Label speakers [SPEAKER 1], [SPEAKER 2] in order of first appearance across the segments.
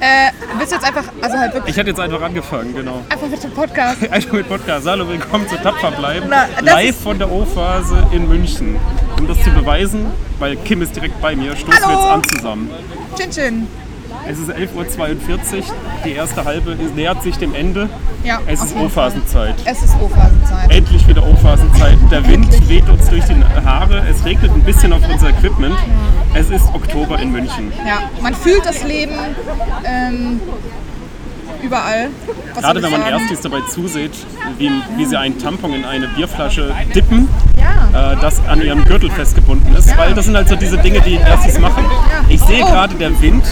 [SPEAKER 1] Äh, willst du jetzt einfach, also halt wirklich
[SPEAKER 2] Ich hätte jetzt einfach angefangen, genau.
[SPEAKER 1] einfach mit dem Podcast?
[SPEAKER 2] Einfach mit Podcast. Hallo, willkommen zu Tapfer bleiben.
[SPEAKER 1] Na, das
[SPEAKER 2] Live
[SPEAKER 1] ist-
[SPEAKER 2] von der O-Phase in München. Um das zu beweisen, weil Kim ist direkt bei mir, stoßen wir
[SPEAKER 1] Hallo.
[SPEAKER 2] jetzt an zusammen.
[SPEAKER 1] Chin Chin.
[SPEAKER 2] Es ist 11.42 Uhr, die erste halbe ist- nähert sich dem Ende.
[SPEAKER 1] Ja,
[SPEAKER 2] Es
[SPEAKER 1] auf
[SPEAKER 2] ist
[SPEAKER 1] jeden
[SPEAKER 2] O-Phasenzeit.
[SPEAKER 1] Es ist Hochphasenzeit.
[SPEAKER 2] Endlich wieder O-Phasenzeit. Der Wind weht uns durch die Haare, es regnet ein bisschen auf unser Equipment.
[SPEAKER 1] Ah,
[SPEAKER 2] Es ist Oktober in München.
[SPEAKER 1] Ja, man fühlt das Leben ähm, überall. Was soll
[SPEAKER 2] Gerade
[SPEAKER 1] ich
[SPEAKER 2] wenn man
[SPEAKER 1] sagen?
[SPEAKER 2] Erstis dabei zusieht, wie, wie sie einen Tampon in eine Bierflasche dippen, äh, das an ihrem Gürtel festgebunden ist. Weil das sind halt so diese Dinge, die Erstis machen. Ich sehe gerade, der Wind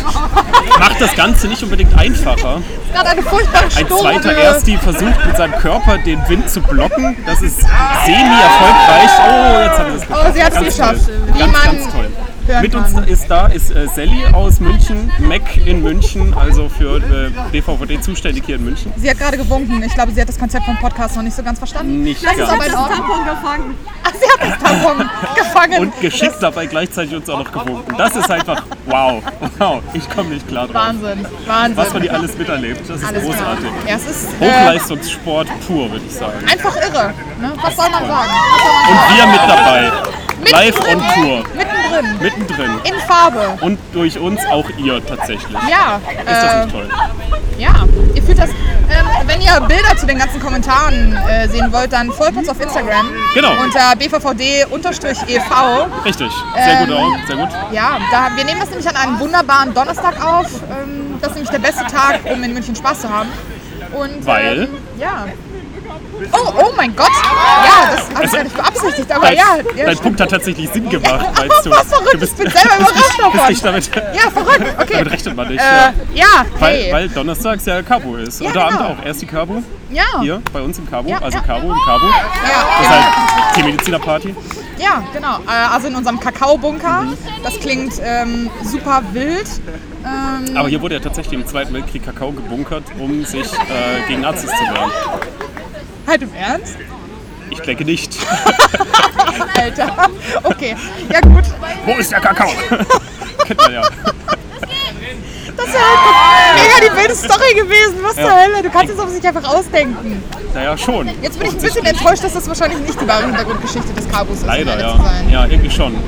[SPEAKER 2] macht das Ganze nicht unbedingt einfacher.
[SPEAKER 1] Gerade eine furchtbare äh,
[SPEAKER 2] Ein
[SPEAKER 1] Sturm.
[SPEAKER 2] zweiter Ersti versucht mit seinem Körper den Wind zu blocken. Das ist semi-erfolgreich. Oh, jetzt hat er es geschafft.
[SPEAKER 1] Oh, sie hat es
[SPEAKER 2] Ganz
[SPEAKER 1] geschafft.
[SPEAKER 2] toll.
[SPEAKER 1] Wie
[SPEAKER 2] Ganz,
[SPEAKER 1] man
[SPEAKER 2] ganz toll.
[SPEAKER 1] hören
[SPEAKER 2] Mit uns
[SPEAKER 1] kann.
[SPEAKER 2] ist da ist äh, Sally aus München, Mac in München, also für äh, BVVD zuständig hier in München.
[SPEAKER 1] Sie hat gerade gewunken. Ich glaube, sie hat das Konzept vom Podcast noch nicht so ganz verstanden.
[SPEAKER 2] Nicht
[SPEAKER 1] das ist
[SPEAKER 2] ganz.
[SPEAKER 1] aber in Ordnung. Ach, sie hat das Tampon gefangen.
[SPEAKER 2] und geschickt dabei gleichzeitig uns auch noch gewunken. Das ist einfach wow, wow, ich komme nicht klar drauf.
[SPEAKER 1] Wahnsinn, Wahnsinn.
[SPEAKER 2] Was man hier alles miterlebt, das ist
[SPEAKER 1] Alles klar.
[SPEAKER 2] großartig.
[SPEAKER 1] Ja, es ist äh,
[SPEAKER 2] Hochleistungssport pur, würde ich sagen.
[SPEAKER 1] einfach irre. Ne? Was soll man sagen?
[SPEAKER 2] Und wir mit dabei, live
[SPEAKER 1] Mittendrin.
[SPEAKER 2] on Tour,
[SPEAKER 1] Mittendrin,
[SPEAKER 2] mittendrin.
[SPEAKER 1] in Farbe.
[SPEAKER 2] Und durch uns auch ihr tatsächlich. Ist
[SPEAKER 1] Ja,
[SPEAKER 2] das
[SPEAKER 1] äh,
[SPEAKER 2] nicht toll?
[SPEAKER 1] ja. Ihr fühlt das. Ähm, wenn ihr Bilder zu den ganzen Kommentaren äh, sehen wollt, dann folgt uns auf Instagram
[SPEAKER 2] Genau.
[SPEAKER 1] unter bvvd-ev.
[SPEAKER 2] Richtig, sehr gut,
[SPEAKER 1] ähm,
[SPEAKER 2] auch, sehr gut.
[SPEAKER 1] E Ja, da, wir nehmen das nämlich an einem wunderbaren Donnerstag auf. Ähm, das ist nämlich der beste Tag, um in München Spaß zu haben. Und,
[SPEAKER 2] Weil?
[SPEAKER 1] Ähm, ja. Oh, oh mein Gott! Ja, das habe ich gar nicht beabsichtigt, aber
[SPEAKER 2] Dein,
[SPEAKER 1] ja. ja
[SPEAKER 2] dein
[SPEAKER 1] stimmt.
[SPEAKER 2] Punkt hat tatsächlich Sinn gemacht, weißt du.
[SPEAKER 1] Was verrückt,
[SPEAKER 2] du bist,
[SPEAKER 1] ich bin selber überrascht davon.
[SPEAKER 2] bist nicht damit,
[SPEAKER 1] ja, verrückt, okay.
[SPEAKER 2] damit rechnet man nicht.
[SPEAKER 1] Äh,
[SPEAKER 2] ja.
[SPEAKER 1] ja,
[SPEAKER 2] Weil,
[SPEAKER 1] hey.
[SPEAKER 2] weil Donnerstags ja Cabo ist.
[SPEAKER 1] Ja,
[SPEAKER 2] Unter
[SPEAKER 1] genau.
[SPEAKER 2] anderem auch erst die Cabo.
[SPEAKER 1] ja,
[SPEAKER 2] hier bei uns im Cabo,
[SPEAKER 1] Ja,
[SPEAKER 2] also
[SPEAKER 1] ja.
[SPEAKER 2] Cabo im Cabo. Das
[SPEAKER 1] ja,
[SPEAKER 2] ist halt die Medizinerparty.
[SPEAKER 1] ja, ja, genau. Äh, also in unserem Kakaobunker.
[SPEAKER 2] Mhm.
[SPEAKER 1] Das klingt ähm, super wild. Ähm,
[SPEAKER 2] Aber hier wurde ja tatsächlich im Zweiten Weltkrieg Kakao gebunkert, um sich äh, gegen Nazis zu wehren.
[SPEAKER 1] halt im Ernst?
[SPEAKER 2] Ich denke nicht.
[SPEAKER 1] Alter. Okay, ja gut.
[SPEAKER 2] Wo ist der Kakao? Kennt man ja.
[SPEAKER 1] Das ist ja halt mega die wilde Story gewesen. Was zur
[SPEAKER 2] Ja.
[SPEAKER 1] Hölle? Du kannst es aber nicht einfach ausdenken.
[SPEAKER 2] Naja, schon.
[SPEAKER 1] Jetzt bin ich ein bisschen enttäuscht, dass das wahrscheinlich nicht die wahre Hintergrundgeschichte des Kabus ist. um
[SPEAKER 2] Leider,
[SPEAKER 1] ehrlich
[SPEAKER 2] ja.
[SPEAKER 1] zu sein.
[SPEAKER 2] Ja, irgendwie schon. Hm,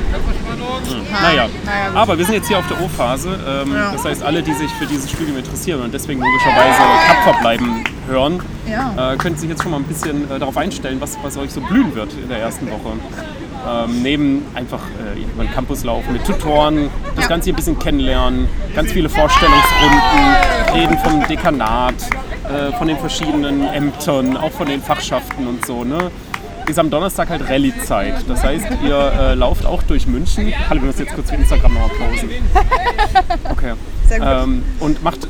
[SPEAKER 2] Naja.
[SPEAKER 1] naja, gut.
[SPEAKER 2] Aber wir sind jetzt hier auf der O-Phase. Ähm,
[SPEAKER 1] Ja.
[SPEAKER 2] Das heißt, alle, die sich für dieses Studium interessieren und deswegen logischerweise tapfer bleiben hören,
[SPEAKER 1] Ja.
[SPEAKER 2] äh, können sich jetzt schon mal ein bisschen äh, darauf einstellen, was, was euch so blühen wird in der ersten Woche. Ähm, neben einfach äh, über den Campus laufen mit Tutoren, das
[SPEAKER 1] Ja.
[SPEAKER 2] Ganze ein bisschen kennenlernen, ganz viele Vorstellungsrunden, reden vom Dekanat, äh, von den verschiedenen Ämtern, auch von den Fachschaften und so. Ne? Ist am Donnerstag halt Rallye-Zeit. Das heißt, ihr äh, lauft auch durch München. Hallo, wir müssen jetzt kurz für Instagram nochmal pausen. Okay.
[SPEAKER 1] Sehr gut.
[SPEAKER 2] Ähm, und macht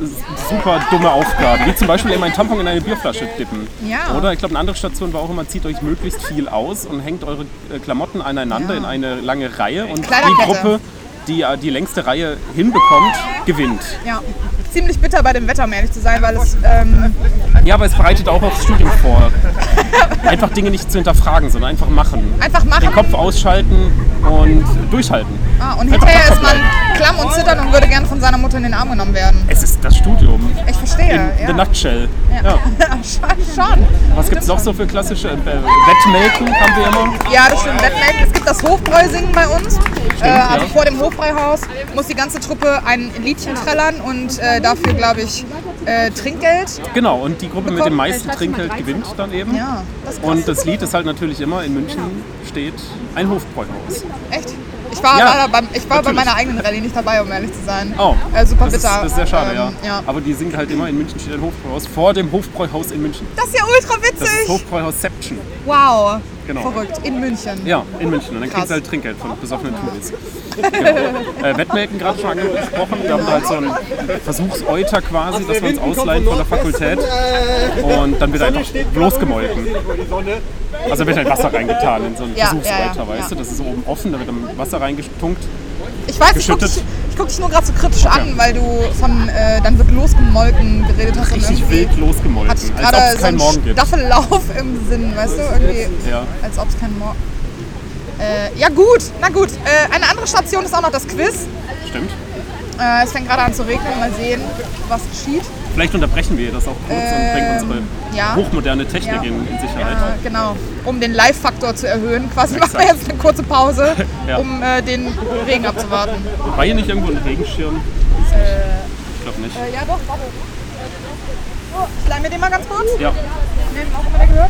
[SPEAKER 2] super dumme Aufgaben, wie zum Beispiel eben ein Tampon in eine Bierflasche dippen.
[SPEAKER 1] Ja.
[SPEAKER 2] Oder ich glaube, eine andere Station war auch immer, zieht euch möglichst viel aus und hängt eure äh, Klamotten aneinander
[SPEAKER 1] Ja.
[SPEAKER 2] in eine lange Reihe und die
[SPEAKER 1] Kleiderkette.
[SPEAKER 2] Gruppe, die äh, die längste Reihe hinbekommt, gewinnt.
[SPEAKER 1] Ja. Ziemlich bitter bei dem Wetter, um ehrlich zu sein, weil es. Ähm,
[SPEAKER 2] Ja, aber es bereitet auch aufs Studium vor. einfach Dinge nicht zu hinterfragen, sondern einfach machen.
[SPEAKER 1] Einfach machen.
[SPEAKER 2] Den Kopf ausschalten und durchhalten.
[SPEAKER 1] ah, und
[SPEAKER 2] Einfach
[SPEAKER 1] hinterher ist
[SPEAKER 2] tapfer
[SPEAKER 1] man
[SPEAKER 2] bleiben.
[SPEAKER 1] klamm und zittern und würde gern von seiner Mutter in den Arm genommen werden.
[SPEAKER 2] Es ist das Studium.
[SPEAKER 1] Ich verstehe.
[SPEAKER 2] In the
[SPEAKER 1] ja.
[SPEAKER 2] nutshell. Ja.
[SPEAKER 1] schon, schon.
[SPEAKER 2] Was gibt es noch so für klassische äh, Wettmelken haben wir immer?
[SPEAKER 1] Ja, das stimmt. Wettmelken. Es gibt das Hofbräu-Singen bei uns. äh, also
[SPEAKER 2] ja.
[SPEAKER 1] vor dem Hofbräuhaus muss die ganze Truppe ein Liedchen trällern und äh, dafür, glaube ich, äh, Trinkgeld.
[SPEAKER 2] Genau, und die Gruppe mit
[SPEAKER 1] Bekommt,
[SPEAKER 2] dem
[SPEAKER 1] äh, schreibst
[SPEAKER 2] meisten
[SPEAKER 1] du mal
[SPEAKER 2] Trinkgeld
[SPEAKER 1] 13
[SPEAKER 2] gewinnt dann eben.
[SPEAKER 1] Ja, das ist krass.
[SPEAKER 2] Und das Lied ist halt natürlich immer, in München steht ein Hofbräuhaus.
[SPEAKER 1] Echt? Ich war,
[SPEAKER 2] Ja,
[SPEAKER 1] leider beim, ich war bei
[SPEAKER 2] natürlich.
[SPEAKER 1] meiner eigenen Rallye nicht dabei, um ehrlich zu sein.
[SPEAKER 2] Oh,
[SPEAKER 1] Äh, super
[SPEAKER 2] das ist,
[SPEAKER 1] bitter.
[SPEAKER 2] das ist sehr schade,
[SPEAKER 1] Ähm,
[SPEAKER 2] ja. Aber die singen halt immer, in München steht ein Hofbräuhaus, vor dem Hofbräuhaus in München.
[SPEAKER 1] Das ist ja ultra
[SPEAKER 2] Das ist
[SPEAKER 1] witzig.
[SPEAKER 2] Hofbräuhausception.
[SPEAKER 1] Wow.
[SPEAKER 2] Genau.
[SPEAKER 1] Verrückt. In München.
[SPEAKER 2] Ja, in München. Und dann kriegst du halt Trinkgeld von besoffenen Touris. Genau. Äh, Wettmelken gerade schon angesprochen. Wir haben da halt so einen Versuchsäuter quasi, dass wir uns ausleihen von der Fakultät. Und dann wird einfach losgemolken. Also wird halt Wasser reingetan in so einen
[SPEAKER 1] Ja,
[SPEAKER 2] Versuchsäuter,
[SPEAKER 1] ja, ja,
[SPEAKER 2] weißt
[SPEAKER 1] ja.
[SPEAKER 2] du?
[SPEAKER 1] Mhm.
[SPEAKER 2] Das ist oben offen, da wird dann Wasser reingestunkt.
[SPEAKER 1] Ich weiß, ich gucke
[SPEAKER 2] Geschüttet.
[SPEAKER 1] dich, ich guck dich nur gerade so kritisch an, weil du von äh, dann wird losgemolken geredet hast.
[SPEAKER 2] Richtig
[SPEAKER 1] und irgendwie
[SPEAKER 2] wild losgemolken,
[SPEAKER 1] hatte ich
[SPEAKER 2] als ob
[SPEAKER 1] gerade
[SPEAKER 2] es
[SPEAKER 1] so
[SPEAKER 2] keinen
[SPEAKER 1] einen
[SPEAKER 2] Morgen gibt.
[SPEAKER 1] Staffellauf im Sinn, weißt du? Irgendwie,
[SPEAKER 2] Ja.
[SPEAKER 1] als ob es keinen Morgen... Äh, ja gut, na gut. Äh, eine andere Station ist auch noch das Quiz.
[SPEAKER 2] Stimmt?
[SPEAKER 1] Äh, es fängt gerade an zu regnen, mal sehen, was geschieht.
[SPEAKER 2] Vielleicht unterbrechen wir das auch kurz und bringen unsere
[SPEAKER 1] Ähm, ja.
[SPEAKER 2] hochmoderne Technik
[SPEAKER 1] Ja.
[SPEAKER 2] in, in Sicherheit.
[SPEAKER 1] Äh, genau, um den Live-Faktor zu erhöhen. Quasi machen wir
[SPEAKER 2] Exakt.
[SPEAKER 1] jetzt eine kurze Pause,
[SPEAKER 2] Ja.
[SPEAKER 1] um äh, den Regen abzuwarten.
[SPEAKER 2] War hier nicht irgendwo ein Regenschirm? Ich glaube nicht.
[SPEAKER 1] Äh, ja doch, warte. Oh, ich leih mir den mal ganz kurz.
[SPEAKER 2] Ja.
[SPEAKER 1] Den auch immer der gehört.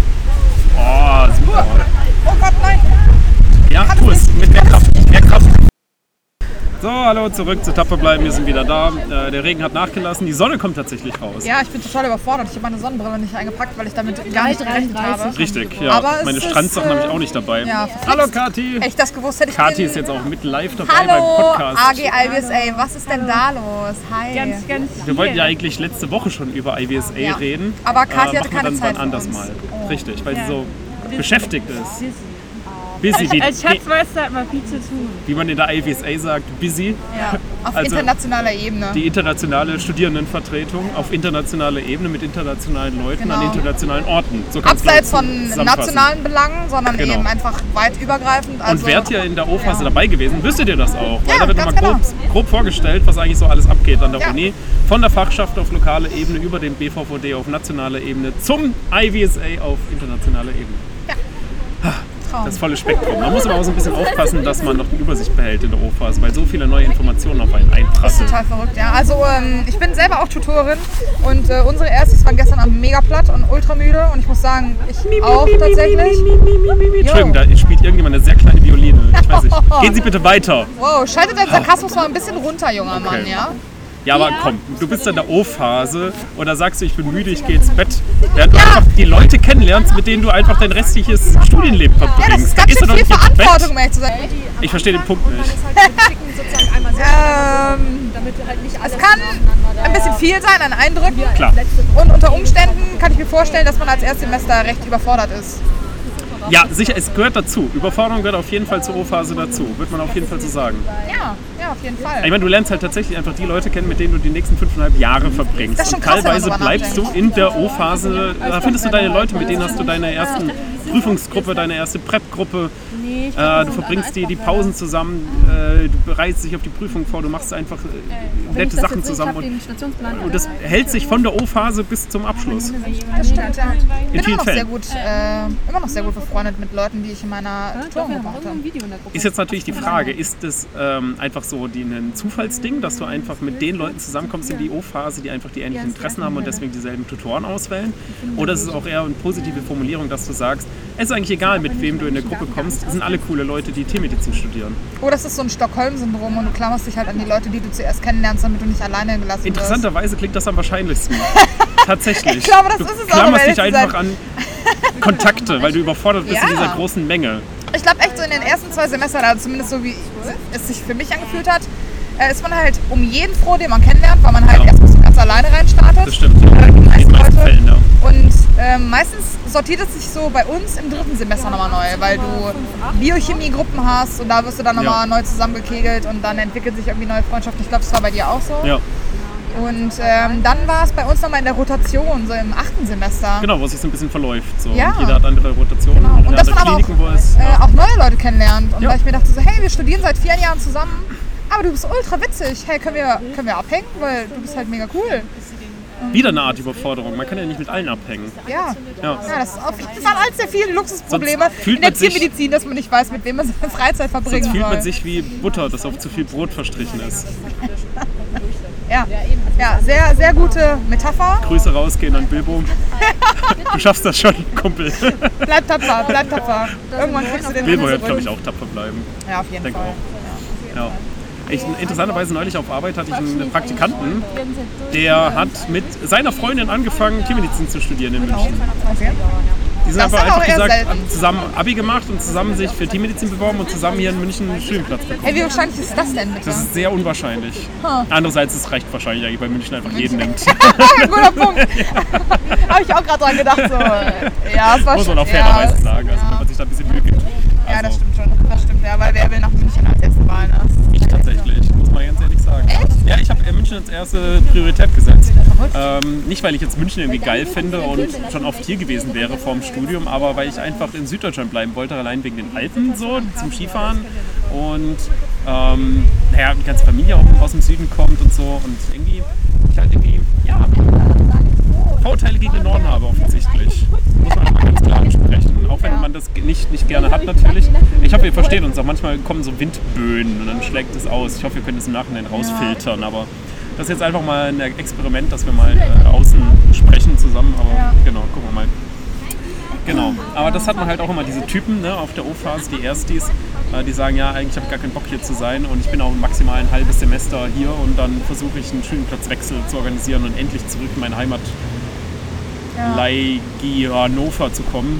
[SPEAKER 2] Oh, super.
[SPEAKER 1] Oh Gott, nein.
[SPEAKER 2] Ja,
[SPEAKER 1] Kannst
[SPEAKER 2] tu
[SPEAKER 1] du
[SPEAKER 2] es.
[SPEAKER 1] nicht-
[SPEAKER 2] Mit mehr Kraft. Mehr Kraft. So, hallo, zurück zu Tapfer bleiben. Wir sind wieder da. Äh, der Regen hat nachgelassen. Die Sonne kommt tatsächlich raus.
[SPEAKER 1] Ja, ich bin total überfordert. Ich habe meine Sonnenbrille nicht eingepackt, weil ich damit gar nicht gerechnet habe.
[SPEAKER 2] Richtig, ja.
[SPEAKER 1] Aber es
[SPEAKER 2] Meine
[SPEAKER 1] ist,
[SPEAKER 2] Strandsachen habe ich
[SPEAKER 1] äh,
[SPEAKER 2] auch nicht dabei.
[SPEAKER 1] ja, verflixt.
[SPEAKER 2] hallo, Kathi.
[SPEAKER 1] Echt das gewusst hätte ich
[SPEAKER 2] Kathi
[SPEAKER 1] den-
[SPEAKER 2] ist jetzt auch mit live dabei beim
[SPEAKER 1] Hallo,
[SPEAKER 2] Podcast.
[SPEAKER 1] AG IBSA, was ist denn da los? Hi.
[SPEAKER 3] Ganz, ganz
[SPEAKER 2] Wir
[SPEAKER 3] viel.
[SPEAKER 2] wollten ja eigentlich letzte Woche schon über IBSA
[SPEAKER 1] Ja.
[SPEAKER 2] reden. äh,
[SPEAKER 1] Aber Kathi hatte
[SPEAKER 2] machen wir
[SPEAKER 1] keine
[SPEAKER 2] dann
[SPEAKER 1] Zeit
[SPEAKER 2] wann
[SPEAKER 1] für
[SPEAKER 2] anders
[SPEAKER 1] uns.
[SPEAKER 2] mal.
[SPEAKER 1] Oh.
[SPEAKER 2] Richtig, weil sie
[SPEAKER 3] Ja.
[SPEAKER 2] so
[SPEAKER 3] Busy.
[SPEAKER 2] beschäftigt ist. Busy, wie,
[SPEAKER 3] Als Schatzmeister hat man viel zu tun.
[SPEAKER 2] wie man in der IBSA sagt, busy.
[SPEAKER 1] Ja, auf
[SPEAKER 2] Also-
[SPEAKER 1] internationaler Ebene.
[SPEAKER 2] Die internationale Studierendenvertretung auf internationaler Ebene mit internationalen Leuten an
[SPEAKER 1] Genau.
[SPEAKER 2] internationalen Orten. So kann's
[SPEAKER 1] Abseits
[SPEAKER 2] gleich
[SPEAKER 1] von
[SPEAKER 2] zusammenfassen.
[SPEAKER 1] nationalen Belangen, sondern
[SPEAKER 2] Genau.
[SPEAKER 1] eben einfach weit übergreifend. Also
[SPEAKER 2] Und wärt ihr in der O-Phase dabei gewesen, wüsstet ihr das auch. Weil
[SPEAKER 1] Ja,
[SPEAKER 2] da wird
[SPEAKER 1] ganz genau.
[SPEAKER 2] immer grob, grob vorgestellt, was eigentlich so alles abgeht an der
[SPEAKER 1] Ja.
[SPEAKER 2] Uni. Von der Fachschaft auf lokale Ebene, über den BVVD auf nationale Ebene, zum IVSA auf internationale Ebene. Ah,
[SPEAKER 1] Traum.
[SPEAKER 2] Das volle Spektrum. Man muss aber auch so ein bisschen aufpassen, dass man noch die Übersicht behält in der O-Phase, weil so viele neue Informationen auf einen einprasseln.
[SPEAKER 1] Total verrückt, ja. Also ähm, ich bin selber auch Tutorin und äh, unsere Erstes waren gestern am mega platt und ultra müde und ich muss sagen, ich auch tatsächlich.
[SPEAKER 2] Entschuldigung, da spielt irgendjemand eine sehr kleine Violine. Ich weiß nicht. Gehen Sie bitte weiter.
[SPEAKER 1] Wow, schaltet deinen Sarkasmus mal ein bisschen runter, junger Mann, ja?
[SPEAKER 2] Ja, aber komm, du bist in der O-Phase oder sagst du, ich bin müde, ich gehe ins Bett. Während du einfach die Leute kennenlernst, mit denen du einfach dein restliches Studienleben
[SPEAKER 1] Ja, das
[SPEAKER 2] verbringst.
[SPEAKER 1] ist
[SPEAKER 2] Da
[SPEAKER 1] ganz
[SPEAKER 2] gehst du
[SPEAKER 1] schön viel
[SPEAKER 2] doch nicht ins
[SPEAKER 1] Verantwortung, um
[SPEAKER 2] Bett.
[SPEAKER 1] ehrlich zu sein.
[SPEAKER 2] Ich verstehe den Punkt nicht.
[SPEAKER 1] Ähm, es kann ein bisschen viel sein an Eindrücken
[SPEAKER 2] Klar.
[SPEAKER 1] und unter Umständen kann ich mir vorstellen, dass man als Erstsemester recht überfordert ist.
[SPEAKER 2] Ja, sicher, es gehört dazu. Überforderung gehört auf jeden Fall zur O-Phase dazu. Wird man auf jeden Fall so sagen.
[SPEAKER 1] Ja, ja, auf jeden
[SPEAKER 2] Ich
[SPEAKER 1] Fall.
[SPEAKER 2] meine, du lernst halt tatsächlich einfach die Leute kennen, mit denen du die nächsten fünfeinhalb Jahre verbringst.
[SPEAKER 1] Das ist schon
[SPEAKER 2] und
[SPEAKER 1] krass, wenn man
[SPEAKER 2] teilweise
[SPEAKER 1] drüber
[SPEAKER 2] bleibst du
[SPEAKER 1] nachdenkt.
[SPEAKER 2] in der O-Phase, da findest du deine Leute, mit denen hast du deine ersten Prüfungsgruppe, deine erste Prep-Gruppe. Äh, du verbringst dir die Pausen zusammen, äh, du bereitest dich auf die Prüfung vor, du machst einfach äh, nette Sachen zusammen. Und, und das hält sich von der O-Phase bis zum Abschluss.
[SPEAKER 1] Das stimmt, ja. Ich bin
[SPEAKER 2] vielen
[SPEAKER 1] immer noch
[SPEAKER 2] Fällen.
[SPEAKER 1] sehr gut, äh, immer noch sehr gut befreundet mit Leuten, die ich in meiner Tutoren gemacht habe.
[SPEAKER 2] Ist jetzt natürlich die Frage, ist das ähm, einfach so die, ein Zufallsding, dass du einfach mit den Leuten zusammenkommst in die O-Phase, die einfach die ähnlichen Interessen haben und deswegen dieselben Tutoren auswählen? Oder ist es auch eher eine positive Formulierung, dass du sagst, es ist eigentlich egal, mit wem du in eine Gruppe kommst, es sind alle coole Leute, die Tiermedizin studieren.
[SPEAKER 1] Oh, das ist so ein Stockholm-Syndrom und du klammerst dich halt an die Leute, die du zuerst kennenlernst, damit du nicht alleine gelassen wirst.
[SPEAKER 2] Interessanterweise klingt das am wahrscheinlichsten. Tatsächlich.
[SPEAKER 1] Ich glaube, das
[SPEAKER 2] du
[SPEAKER 1] ist es auch, um
[SPEAKER 2] klammerst
[SPEAKER 1] ehrlich
[SPEAKER 2] dich
[SPEAKER 1] zu
[SPEAKER 2] einfach an Kontakte, weil du überfordert bist in
[SPEAKER 1] Ja.
[SPEAKER 2] dieser großen Menge.
[SPEAKER 1] Ich glaube echt so in den ersten zwei Semestern, also zumindest so wie es sich für mich angefühlt hat, äh, ist man halt um jeden froh, den man kennenlernt, weil man halt
[SPEAKER 2] Ja.
[SPEAKER 1] erstmal so ganz alleine reinstartet.
[SPEAKER 2] Genau. Das stimmt. In den meisten
[SPEAKER 1] Leute-
[SPEAKER 2] Fällen, ja.
[SPEAKER 1] Und ähm, meistens sortiert es sich so bei uns im dritten Semester nochmal neu, weil du Biochemiegruppen hast und da wirst du dann nochmal
[SPEAKER 2] Ja.
[SPEAKER 1] neu zusammengekegelt und dann entwickelt sich irgendwie neue Freundschaft. Ich glaube, das war bei dir auch so.
[SPEAKER 2] ja.
[SPEAKER 1] Und ähm, dann war es bei uns nochmal in der Rotation, so im achten Semester.
[SPEAKER 2] Genau, wo es sich so ein bisschen verläuft. So.
[SPEAKER 1] Ja.
[SPEAKER 2] Jeder hat andere Rotationen,
[SPEAKER 1] Genau. Und
[SPEAKER 2] jeder
[SPEAKER 1] dass
[SPEAKER 2] hat
[SPEAKER 1] man
[SPEAKER 2] andere
[SPEAKER 1] aber auch,
[SPEAKER 2] Kliniken, wo es.
[SPEAKER 1] äh, auch neue Leute kennenlernt. Und
[SPEAKER 2] Genau. Ja.
[SPEAKER 1] weil ich mir dachte so, hey, wir studieren seit vier Jahren zusammen, aber du bist ultra witzig. Hey, können wir, können wir abhängen? Weil du bist halt mega cool.
[SPEAKER 2] Wieder eine Art Überforderung. Man kann ja nicht mit allen abhängen.
[SPEAKER 1] Ja.
[SPEAKER 2] Ja.
[SPEAKER 1] Ja, das ist auf jeden Fall eines der vielen Luxusprobleme
[SPEAKER 2] Sonst fühlt
[SPEAKER 1] in der
[SPEAKER 2] man sich-
[SPEAKER 1] Tiermedizin, dass man nicht weiß, mit wem man seine Freizeit verbringen
[SPEAKER 2] Sonst fühlt
[SPEAKER 1] soll.
[SPEAKER 2] man sich wie Butter, das auf zu viel Brot verstrichen ist.
[SPEAKER 1] ja. ja, sehr, sehr gute Metapher.
[SPEAKER 2] Grüße rausgehen an Bilbo. Du schaffst das schon, Kumpel.
[SPEAKER 1] Bleib tapfer, bleib tapfer. Irgendwann kriegst du den
[SPEAKER 2] Bilbo
[SPEAKER 1] Rüssel
[SPEAKER 2] hört, glaube ich,
[SPEAKER 1] rund.
[SPEAKER 2] auch tapfer bleiben.
[SPEAKER 1] Ja, auf jeden
[SPEAKER 2] Denk
[SPEAKER 1] Fall.
[SPEAKER 2] Ja. Genau. Ich, interessanterweise neulich auf Arbeit hatte ich einen Praktikanten, der hat mit seiner Freundin angefangen, Tiermedizin zu studieren in München.
[SPEAKER 1] Okay.
[SPEAKER 2] Die sind
[SPEAKER 1] Das
[SPEAKER 2] aber
[SPEAKER 1] ist aber
[SPEAKER 2] einfach
[SPEAKER 1] eher
[SPEAKER 2] gesagt,
[SPEAKER 1] selten.
[SPEAKER 2] haben zusammen Abi gemacht und zusammen sich für Tiermedizin beworben und zusammen hier in München einen Studienplatz bekommen.
[SPEAKER 1] Hey, wie wahrscheinlich ist das denn bitte?
[SPEAKER 2] Das ist sehr unwahrscheinlich. Andererseits, es reicht wahrscheinlich eigentlich, weil München einfach jeden nimmt.
[SPEAKER 1] Ja, guter Punkt. Habe ich auch gerade dran gedacht. So. Ja, es war
[SPEAKER 2] Muss
[SPEAKER 1] schon,
[SPEAKER 2] man auch
[SPEAKER 1] ja,
[SPEAKER 2] fairerweise sagen, also wenn man sich da ein bisschen Mühe gibt.
[SPEAKER 1] Ja, das
[SPEAKER 2] Also,
[SPEAKER 1] stimmt schon. Das stimmt, ja, weil wer will nach München als erste Wahl? ne?
[SPEAKER 2] Ich tatsächlich, muss man ganz ehrlich sagen. Ja, ich habe München als erste Priorität gesetzt. Ähm, nicht, weil ich jetzt München irgendwie geil finde und schon oft hier gewesen wäre vorm Studium, aber weil ich einfach in Süddeutschland bleiben wollte, allein wegen den Alpen so, zum Skifahren. Und Ähm, naja, die ganze Familie auch aus dem Süden kommt und so. Und irgendwie, ich halt irgendwie, ja, Vorteile gegen den Norden habe offensichtlich. Muss man immer ganz klar ansprechen. Auch wenn man das nicht, nicht gerne hat natürlich. Ich hoffe, ihr versteht uns auch. Manchmal kommen so Windböen und dann schlägt es aus. Ich hoffe, ihr könnt es im Nachhinein rausfiltern. Aber das ist jetzt einfach mal ein Experiment, dass wir mal äh, außen sprechen zusammen. Aber genau, gucken wir mal. Genau, aber das hat man halt auch immer, diese Typen ne, auf der OFAS, die Erstis, äh, die sagen, ja, eigentlich habe ich gar keinen Bock hier zu sein und ich bin auch maximal ein halbes Semester hier und dann versuche ich einen Studienplatzwechsel zu organisieren und endlich zurück in meine Heimat Leigi Hannover zu kommen.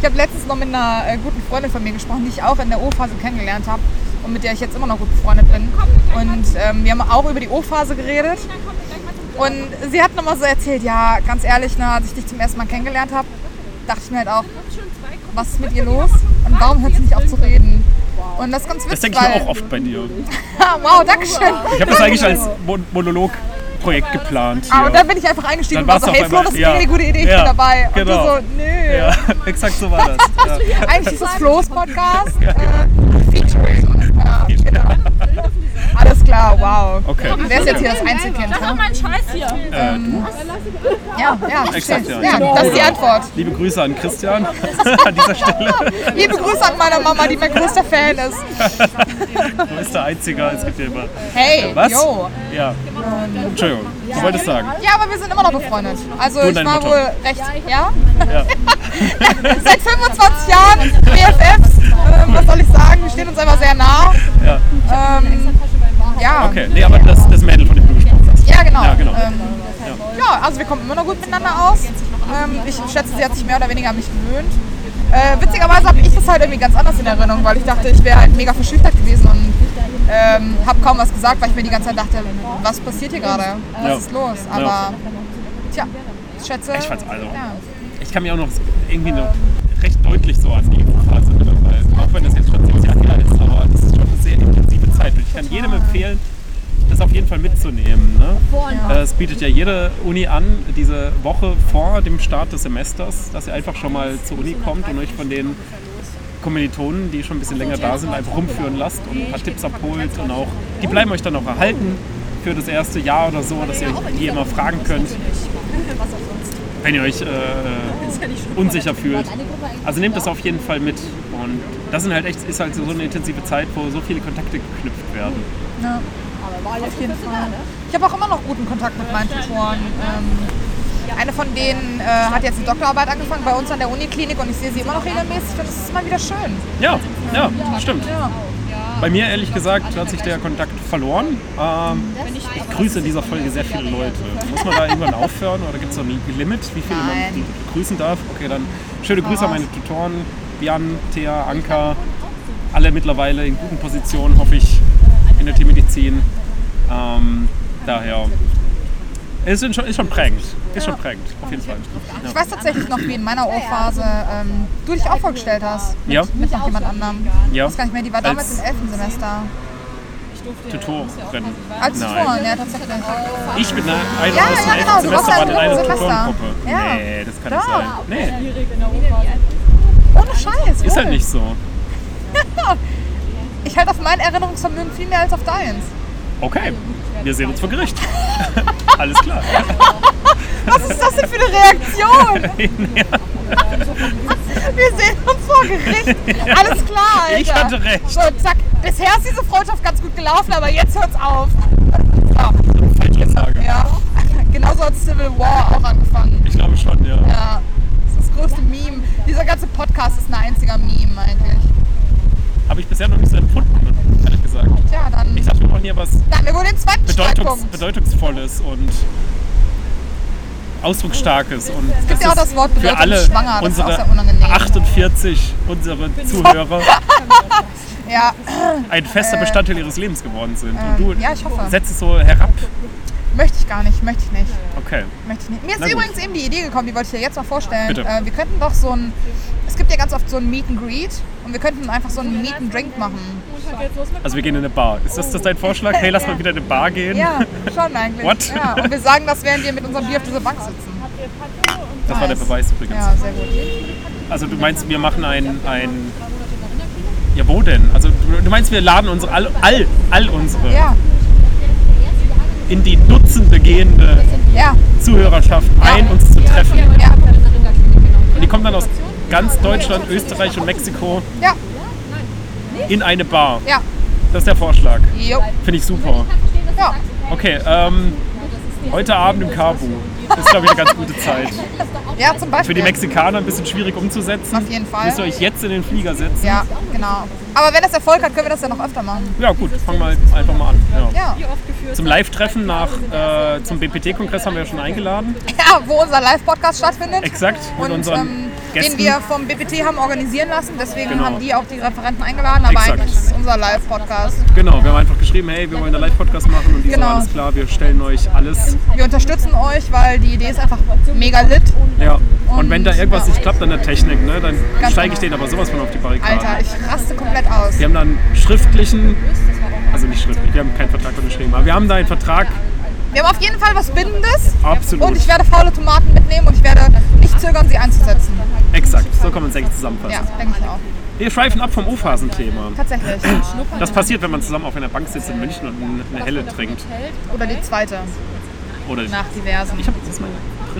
[SPEAKER 1] Ich habe letztens noch mit einer äh, guten Freundin von mir gesprochen, die ich auch in der O-Phase kennengelernt habe und mit der ich jetzt immer noch gut befreundet bin. Und ähm, wir haben auch über die O-Phase geredet. Und sie hat nochmal so erzählt, ja, ganz ehrlich, ne, als ich dich zum ersten Mal kennengelernt habe, dachte ich mir halt auch, was ist mit ihr los und warum hört sie nicht auf zu reden? Und das ist ganz witzig,
[SPEAKER 2] Das denke ich mir
[SPEAKER 1] weil-
[SPEAKER 2] auch oft bei dir.
[SPEAKER 1] wow, Dankeschön.
[SPEAKER 2] Ich habe das eigentlich als Mon Monologprojekt geplant.
[SPEAKER 1] Ah,
[SPEAKER 2] hier.
[SPEAKER 1] und dann bin ich einfach eingestiegen
[SPEAKER 2] Dann
[SPEAKER 1] und war
[SPEAKER 2] war's
[SPEAKER 1] so,
[SPEAKER 2] auf
[SPEAKER 1] hey Flo,
[SPEAKER 2] einmal-
[SPEAKER 1] das ist
[SPEAKER 2] ja.
[SPEAKER 1] eine gute Idee, ich
[SPEAKER 2] Ja,
[SPEAKER 1] bin dabei. Und
[SPEAKER 2] genau.
[SPEAKER 1] du so, nö.
[SPEAKER 2] ja, exakt so war das. Ja.
[SPEAKER 1] Eigentlich ist das Flo's Podcast. Äh, Featuring. Ja, genau. Alles klar, wow.
[SPEAKER 2] Okay.
[SPEAKER 1] Wer ist Äh, jetzt hier das Einzelkind? Ne? Äh,
[SPEAKER 4] mein Scheiß hier.
[SPEAKER 2] Äh, du?
[SPEAKER 1] Ja, ja, ich
[SPEAKER 2] Exakt,
[SPEAKER 1] verstehe.
[SPEAKER 2] ja.
[SPEAKER 1] ja, das ist die Antwort.
[SPEAKER 2] Liebe Grüße an Christian an dieser Stelle.
[SPEAKER 1] Liebe Grüße an meine Mama, die mein größter Fan ist.
[SPEAKER 2] Du bist der Einzige, es gibt ja immer.
[SPEAKER 1] Hey,
[SPEAKER 2] Was?
[SPEAKER 1] yo.
[SPEAKER 2] Ja. Entschuldigung, du wolltest sagen.
[SPEAKER 1] Ja, aber wir sind immer noch befreundet. Also
[SPEAKER 2] und
[SPEAKER 1] ich
[SPEAKER 2] deine
[SPEAKER 1] war
[SPEAKER 2] Mutter.
[SPEAKER 1] wohl recht, ja?
[SPEAKER 2] Ja.
[SPEAKER 1] Seit 25 Jahren BFFs, ähm, was soll ich sagen, wir stehen uns einfach sehr nah.
[SPEAKER 2] Ja.
[SPEAKER 1] Ähm, ja.
[SPEAKER 2] Okay, nee, aber das, das Mädel, von dem du gesprochen hast.
[SPEAKER 1] Ja, genau.
[SPEAKER 2] Ja, genau.
[SPEAKER 1] Ähm, ja, also wir kommen immer noch gut miteinander aus. Ähm, ich schätze, sie hat sich mehr oder weniger an mich gewöhnt. Äh, witzigerweise habe ich das halt irgendwie ganz anders in Erinnerung, weil ich dachte, ich wäre halt mega verschüchtert gewesen und ähm, habe kaum was gesagt, weil ich mir die ganze Zeit dachte, was passiert hier gerade? Was
[SPEAKER 2] Ja.
[SPEAKER 1] ist los? Aber
[SPEAKER 2] Ja.
[SPEAKER 1] tja, ich schätze.
[SPEAKER 2] Ich fand's also-
[SPEAKER 1] Ja.
[SPEAKER 2] Ich kann mich auch noch irgendwie noch recht deutlich so an die Phase mittlerweile. Auch wenn das jetzt schon sechs Jahre her ist, aber das ist schon eine sehr intensive Zeit. Und ich kann jedem empfehlen, das auf jeden Fall mitzunehmen. Ne? Äh, Es bietet ja jede Uni an, diese Woche vor dem Start des Semesters, dass ihr einfach schon mal zur Uni kommt und euch von den Kommilitonen, die schon ein bisschen länger da sind, einfach rumführen lasst und ein paar Tipps abholt und auch, die bleiben euch dann auch erhalten für das erste Jahr oder so, dass ihr die immer fragen könnt, wenn ihr euch äh, unsicher fühlt. Also nehmt das auf jeden Fall mit und das sind halt echt, ist halt so eine intensive Zeit, wo so viele Kontakte geknüpft werden.
[SPEAKER 1] Auf jeden Fall. Ich habe auch immer noch guten Kontakt mit meinen Tutoren. Ähm, eine von denen äh, hat jetzt eine Doktorarbeit angefangen bei uns an der Uniklinik und ich sehe sie immer noch regelmäßig und das ist immer wieder schön.
[SPEAKER 2] Ja, ja, stimmt.
[SPEAKER 1] Ja.
[SPEAKER 2] Bei mir ehrlich gesagt hat sich der Kontakt verloren. Ähm, ich grüße in dieser Folge sehr viele Leute. Muss man da irgendwann aufhören oder gibt es so ein Limit, wie viele
[SPEAKER 1] Nein.
[SPEAKER 2] man grüßen darf? Okay, dann schöne Grüße an meine Tutoren, Jan, Thea, Anka. Alle mittlerweile in guten Positionen, hoffe ich, in der Tiermedizin. Ähm, daher. Es ist schon, ist schon prägend. Ist schon prägend, auf jeden Fall.
[SPEAKER 1] Ich weiß tatsächlich noch, wie in meiner Ohrphase ähm, du dich auch vorgestellt hast. Mit,
[SPEAKER 2] Ja.
[SPEAKER 1] mit noch jemand anderem.
[SPEAKER 2] Ja,
[SPEAKER 1] Ich weiß gar nicht mehr, die war damals
[SPEAKER 2] Als-
[SPEAKER 1] im 11. Semester.
[SPEAKER 2] Tutoren.
[SPEAKER 1] Als
[SPEAKER 2] Nein.
[SPEAKER 1] Tutoren, ja, tatsächlich.
[SPEAKER 2] Ich bin
[SPEAKER 1] Ja,
[SPEAKER 2] einer aus dem
[SPEAKER 1] ja, genau,
[SPEAKER 2] elften
[SPEAKER 1] du warst
[SPEAKER 2] Semester, war in
[SPEAKER 1] im
[SPEAKER 2] einer
[SPEAKER 1] dritten Semester.
[SPEAKER 2] Tutorengruppe.
[SPEAKER 1] Ja.
[SPEAKER 2] Nee, das kann
[SPEAKER 1] Doch.
[SPEAKER 2] nicht sein. Nee,
[SPEAKER 1] Ohne Scheiß.
[SPEAKER 2] ist
[SPEAKER 1] wohl.
[SPEAKER 2] halt nicht so.
[SPEAKER 1] Ich halte auf mein Erinnerungsvermögen viel mehr als auf deins.
[SPEAKER 2] Okay, wir sehen uns vor Gericht. Alles klar.
[SPEAKER 1] Was ist das denn für eine Reaktion? Wir sehen uns vor Gericht. Alles klar, Alter.
[SPEAKER 2] Ich hatte recht.
[SPEAKER 1] So, zack. Bisher ist diese Freundschaft ganz gut gelaufen, aber jetzt hört's auf.
[SPEAKER 2] Falsche Frage.
[SPEAKER 1] Ja. Genauso hat Civil War auch angefangen.
[SPEAKER 2] Ich glaube schon, ja.
[SPEAKER 1] Ja. Das ist das größte Meme. Dieser ganze Podcast ist ein einziger Meme eigentlich.
[SPEAKER 2] Habe ich bisher noch nicht so empfunden, ehrlich gesagt.
[SPEAKER 1] Tja, dann.
[SPEAKER 2] Ich dachte, wir machen hier was
[SPEAKER 1] Dann, wir holen den zweiten
[SPEAKER 2] Bedeutungs
[SPEAKER 1] Streitpunkt.
[SPEAKER 2] Bedeutungsvolles und Ausdrucksstarkes. Und es
[SPEAKER 1] ja auch das Wort
[SPEAKER 2] für alle
[SPEAKER 1] bedeutungsschwanger, das ist auch
[SPEAKER 2] unsere
[SPEAKER 1] sehr unangenehm.
[SPEAKER 2] 48 unsere Zuhörer
[SPEAKER 1] Ja.
[SPEAKER 2] ein fester Bestandteil ihres Lebens geworden sind. Und du
[SPEAKER 1] Äh. Ähm, ja, ich hoffe.
[SPEAKER 2] setzt es so herab.
[SPEAKER 1] Möchte ich gar nicht, möchte ich nicht.
[SPEAKER 2] Okay.
[SPEAKER 1] Möchte ich nicht. Mir ist
[SPEAKER 2] Na gut.
[SPEAKER 1] übrigens eben die Idee gekommen, die wollte ich dir jetzt mal vorstellen.
[SPEAKER 2] Bitte.
[SPEAKER 1] Äh, wir könnten doch so ein. Es gibt ja ganz oft so ein Meet and Greet und wir könnten einfach so ein Meet and Drink machen.
[SPEAKER 2] Also wir gehen in eine Bar. Ist das, das dein Vorschlag? Hey, lass mal wieder in eine Bar gehen.
[SPEAKER 1] Ja, schon eigentlich.
[SPEAKER 2] What?
[SPEAKER 1] Ja, und wir sagen das, während wir mit unserem Bier auf dieser Bank sitzen.
[SPEAKER 2] das war der
[SPEAKER 1] nice.
[SPEAKER 2] Beweis übrigens.
[SPEAKER 1] Ja, sehr gut.
[SPEAKER 2] Also du meinst, wir machen ein, ein Ja, wo denn? Also du- du meinst, wir laden unsere all, all, all unsere
[SPEAKER 1] Ja,
[SPEAKER 2] in die Dutzende gehende
[SPEAKER 1] ja,
[SPEAKER 2] Zuhörerschaft ein, uns zu treffen.
[SPEAKER 1] ja,
[SPEAKER 2] Und die kommen dann aus ganz Deutschland, Österreich und Mexiko
[SPEAKER 1] ja,
[SPEAKER 2] in eine Bar.
[SPEAKER 1] ja.
[SPEAKER 2] Das ist der Vorschlag.
[SPEAKER 1] Jo.
[SPEAKER 2] Finde ich super.
[SPEAKER 1] Ja,
[SPEAKER 2] Okay, ähm, heute Abend im Carbu. Das ist, glaube ich, eine ganz gute Zeit.
[SPEAKER 1] ja, zum Beispiel.
[SPEAKER 2] Für die Mexikaner ein bisschen schwierig umzusetzen.
[SPEAKER 1] Auf jeden Fall.
[SPEAKER 2] Müsst ihr euch jetzt in den Flieger setzen.
[SPEAKER 1] Ja, genau. Aber wenn das Erfolg hat, können wir das ja noch öfter machen.
[SPEAKER 2] Ja, gut, fangen wir halt einfach mal an. Ja.
[SPEAKER 1] Ja,
[SPEAKER 2] Zum Live-Treffen nach äh, zum BPT-Kongress haben wir ja schon eingeladen.
[SPEAKER 1] ja wo unser Live-Podcast stattfindet.
[SPEAKER 2] Exakt, mit
[SPEAKER 1] Und
[SPEAKER 2] unseren
[SPEAKER 1] ähm, den
[SPEAKER 2] Gästen.
[SPEAKER 1] wir vom BPT haben organisieren lassen. Deswegen
[SPEAKER 2] Genau.
[SPEAKER 1] haben die auch die Referenten eingeladen. Aber
[SPEAKER 2] Exakt.
[SPEAKER 1] eigentlich ist es unser Live-Podcast.
[SPEAKER 2] Genau, wir haben einfach geschrieben, hey, wir wollen da Live-Podcast machen und die so,
[SPEAKER 1] Genau.
[SPEAKER 2] alles klar, wir stellen euch alles.
[SPEAKER 1] Wir unterstützen euch, weil die Idee ist einfach mega lit.
[SPEAKER 2] Ja. Und wenn da irgendwas
[SPEAKER 1] ja.
[SPEAKER 2] nicht klappt an der Technik, ne, dann
[SPEAKER 1] Ganz
[SPEAKER 2] steige ich
[SPEAKER 1] genau.
[SPEAKER 2] denen aber sowas von auf die Barrikaden.
[SPEAKER 1] Alter, ich raste komplett aus.
[SPEAKER 2] Wir haben dann schriftlichen, also nicht schriftlich, wir haben keinen Vertrag unterschrieben, aber wir haben da einen Vertrag,
[SPEAKER 1] Wir haben auf jeden Fall was Bindendes.
[SPEAKER 2] absolut
[SPEAKER 1] Und ich werde faule Tomaten mitnehmen und ich werde nicht zögern, sie einzusetzen.
[SPEAKER 2] exakt. So kann man es eigentlich zusammenfassen.
[SPEAKER 1] Ja, denke ich auch.
[SPEAKER 2] Wir schweifen ab vom Ofhasen-Thema.
[SPEAKER 1] Tatsächlich.
[SPEAKER 2] Das passiert, wenn man zusammen auf einer Bank sitzt in München und eine Helle trinkt.
[SPEAKER 1] Oder die zweite
[SPEAKER 2] Oder
[SPEAKER 1] nach diversen.
[SPEAKER 2] Ich habe das ist meine
[SPEAKER 1] Da-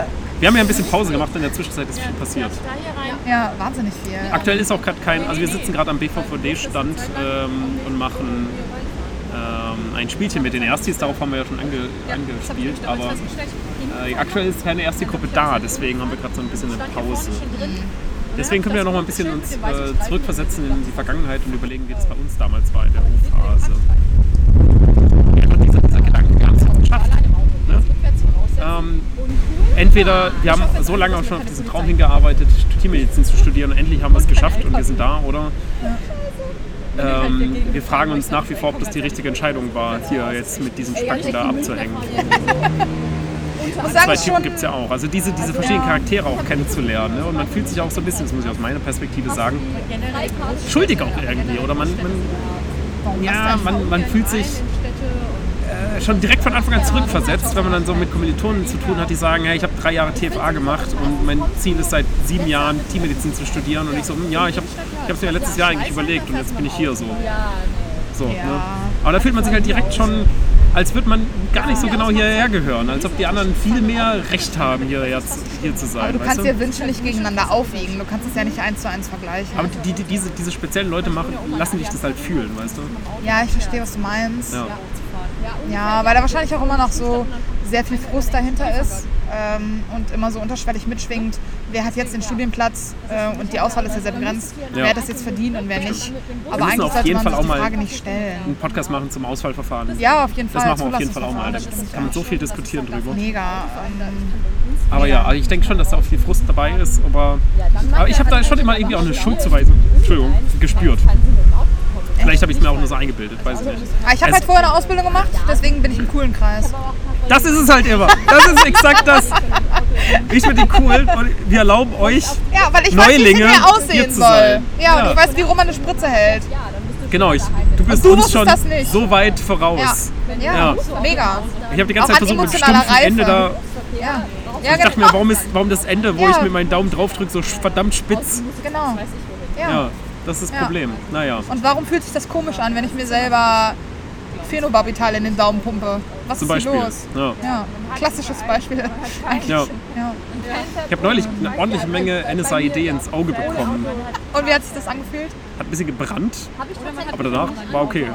[SPEAKER 2] dritte. Wir haben ja ein bisschen Pause gemacht, in der Zwischenzeit ist viel passiert.
[SPEAKER 1] Ja, wahnsinnig viel.
[SPEAKER 2] Aktuell ist auch gerade kein, also wir sitzen gerade am BVVD-Stand ähm, und machen ähm, ein Spielchen mit den Erstis, darauf haben wir ja schon ange, angespielt, aber äh, aktuell ist keine Ersti-Gruppe da, deswegen haben wir gerade so ein bisschen eine Pause. Deswegen können wir ja noch mal ein bisschen uns äh, zurückversetzen in die Vergangenheit und überlegen, wie das bei uns damals war in der U-Phase. Ja, einfach dieser, dieser Gedanke, wir haben es ja geschafft. Ne? Ähm, entweder wir haben so lange auch schon auf diesen Traum hingearbeitet, Tiermedizin zu studieren und endlich haben wir es geschafft und wir sind da, oder? Ähm, wir fragen uns nach wie vor, ob das die richtige Entscheidung war, hier jetzt mit diesem Spacken da abzuhängen.
[SPEAKER 1] Ich muss sagen,
[SPEAKER 2] Zwei
[SPEAKER 1] es ist
[SPEAKER 2] Typen
[SPEAKER 1] schon,
[SPEAKER 2] gibt es ja auch. Also diese, diese verschiedenen Charaktere auch kennenzulernen. Ne? Und man fühlt sich auch so ein bisschen, das muss ich aus meiner Perspektive sagen, schuldig auch irgendwie. Oder man, man, ja, man, man fühlt sich äh, schon direkt von Anfang an zurückversetzt, wenn man dann so mit Kommilitonen zu tun hat, die sagen, hey, ich habe drei Jahre TFA gemacht und mein Ziel ist seit sieben Jahren Tiermedizin zu studieren. Und ich so, hm, ja, ich habe es mir letztes Jahr eigentlich überlegt und jetzt bin ich hier so. so ne? Aber da fühlt man sich halt direkt schon, als würde man gar nicht so genau hierher gehören, als ob die anderen viel mehr Recht haben, hier, jetzt, hier zu sein.
[SPEAKER 1] du
[SPEAKER 2] weißt
[SPEAKER 1] kannst dir Wünsche nicht gegeneinander aufwiegen. Du kannst es ja nicht eins zu eins vergleichen.
[SPEAKER 2] aber die, die, diese, diese speziellen Leute machen, lassen dich das halt fühlen, weißt du?
[SPEAKER 1] Ja, ich verstehe, was du meinst.
[SPEAKER 2] Ja.
[SPEAKER 1] Ja, weil da wahrscheinlich auch immer noch so sehr viel Frust dahinter ist ähm, und immer so unterschwellig mitschwingt, wer hat jetzt den Studienplatz äh, und die Auswahl ist ja sehr begrenzt, wer hat das jetzt verdient und wer nicht. Aber
[SPEAKER 2] müssen
[SPEAKER 1] eigentlich
[SPEAKER 2] auf
[SPEAKER 1] sollte
[SPEAKER 2] jeden
[SPEAKER 1] man
[SPEAKER 2] Fall
[SPEAKER 1] sich die
[SPEAKER 2] auch mal-
[SPEAKER 1] Frage nicht stellen.
[SPEAKER 2] Einen Podcast machen zum Ausfallverfahren.
[SPEAKER 1] Ja, auf jeden
[SPEAKER 2] Das
[SPEAKER 1] Fall.
[SPEAKER 2] machen wir auf jeden Fall auch mal. Da
[SPEAKER 1] Zulassungsverfahren,
[SPEAKER 2] kann man so viel diskutieren drüber.
[SPEAKER 1] Mega. Ähm,
[SPEAKER 2] Aber ja, also ich denke schon, dass da auch viel Frust dabei ist. Aber, aber ich habe
[SPEAKER 1] halt
[SPEAKER 2] da schon immer irgendwie auch eine Schuldzuweisung Entschuldigung, gespürt. Vielleicht habe ich es mir auch nur so eingebildet, weiß ich nicht.
[SPEAKER 1] aber ich habe
[SPEAKER 2] Es-
[SPEAKER 1] halt vorher eine Ausbildung gemacht, deswegen bin ich im coolen Kreis.
[SPEAKER 2] Das ist es halt immer. Das ist exakt das. Ich bin die cool und wir erlauben euch,
[SPEAKER 1] Ja, weil ich
[SPEAKER 2] Neulinge,
[SPEAKER 1] weiß, wie es hier
[SPEAKER 2] hier
[SPEAKER 1] aussehen
[SPEAKER 2] zu
[SPEAKER 1] soll.
[SPEAKER 2] sein.
[SPEAKER 1] Ja, und
[SPEAKER 2] Ja.
[SPEAKER 1] ich weiß, wie rum man eine Spritze hält.
[SPEAKER 2] genau, ich, du bist
[SPEAKER 1] du
[SPEAKER 2] uns
[SPEAKER 1] wusstest
[SPEAKER 2] schon
[SPEAKER 1] das nicht.
[SPEAKER 2] so weit
[SPEAKER 1] Ja,
[SPEAKER 2] voraus.
[SPEAKER 1] ja, mega.
[SPEAKER 2] Ich habe die
[SPEAKER 1] Auch
[SPEAKER 2] ganze Zeit
[SPEAKER 1] an
[SPEAKER 2] versucht, mit dem
[SPEAKER 1] emotionaler
[SPEAKER 2] stumpfen Ende da.
[SPEAKER 1] Reife. Ja, ja genau.
[SPEAKER 2] Ich dachte mir, warum, ist, warum das Ende, wo
[SPEAKER 1] Ja.
[SPEAKER 2] ich mit meinem Daumen draufdrücke, so verdammt spitz?
[SPEAKER 1] Genau.
[SPEAKER 2] Ja, das ist das
[SPEAKER 1] Ja.
[SPEAKER 2] Problem. Naja.
[SPEAKER 1] Und warum fühlt sich das komisch an, wenn ich mir selber Phenobarbital in den Daumen pumpe? Was
[SPEAKER 2] Zum
[SPEAKER 1] ist hier
[SPEAKER 2] Beispiel.
[SPEAKER 1] los?
[SPEAKER 2] Ja.
[SPEAKER 1] Ja, klassisches Beispiel. Eigentlich.
[SPEAKER 2] Ja.
[SPEAKER 1] Ja.
[SPEAKER 2] Ich habe neulich eine ordentliche Menge NSAID ins Auge bekommen.
[SPEAKER 1] Und wie hat sich das angefühlt?
[SPEAKER 2] Hat ein bisschen gebrannt, aber danach war okay.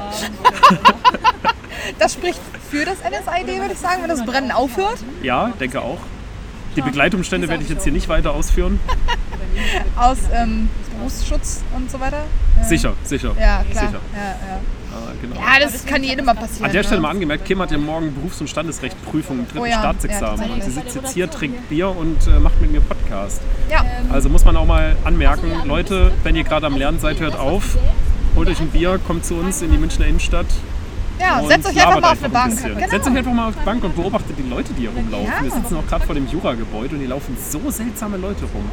[SPEAKER 1] Das spricht für das NSAID, würde ich sagen, wenn das Brennen aufhört.
[SPEAKER 2] Ja, denke auch. Die Begleitumstände werde ich jetzt hier nicht weiter ausführen.
[SPEAKER 1] Aus ähm, Berufsschutz und so weiter.
[SPEAKER 2] Sicher, sicher.
[SPEAKER 1] Ja, klar.
[SPEAKER 2] Sicher.
[SPEAKER 1] Ja,
[SPEAKER 2] Äh, genau.
[SPEAKER 1] ja. ja, das kann jedem mal passieren.
[SPEAKER 2] An der Stelle
[SPEAKER 1] ne?
[SPEAKER 2] mal angemerkt, Kim hat ja morgen Berufs- und Standesrecht Prüfung im dritten
[SPEAKER 1] Oh ja, ja,
[SPEAKER 2] Staatsexamen.
[SPEAKER 1] tatsächlich.
[SPEAKER 2] und sie sitzt jetzt hier, trinkt Bier und äh, macht mit mir Podcast.
[SPEAKER 1] Ja,
[SPEAKER 2] Also muss man auch mal anmerken, Leute, wenn ihr gerade am Lernen seid, hört auf. Holt euch ein Bier, kommt zu uns in die Münchner Innenstadt.
[SPEAKER 1] Ja,
[SPEAKER 2] und
[SPEAKER 1] setzt euch
[SPEAKER 2] labert
[SPEAKER 1] einfach mal auf eine
[SPEAKER 2] ein
[SPEAKER 1] Bank.
[SPEAKER 2] bisschen.
[SPEAKER 1] Genau.
[SPEAKER 2] Setzt euch einfach mal auf die Bank und beobachtet die Leute, die hier rumlaufen.
[SPEAKER 1] Ja.
[SPEAKER 2] Wir sitzen auch gerade vor dem Jura-Gebäude und hier laufen so seltsame Leute rum.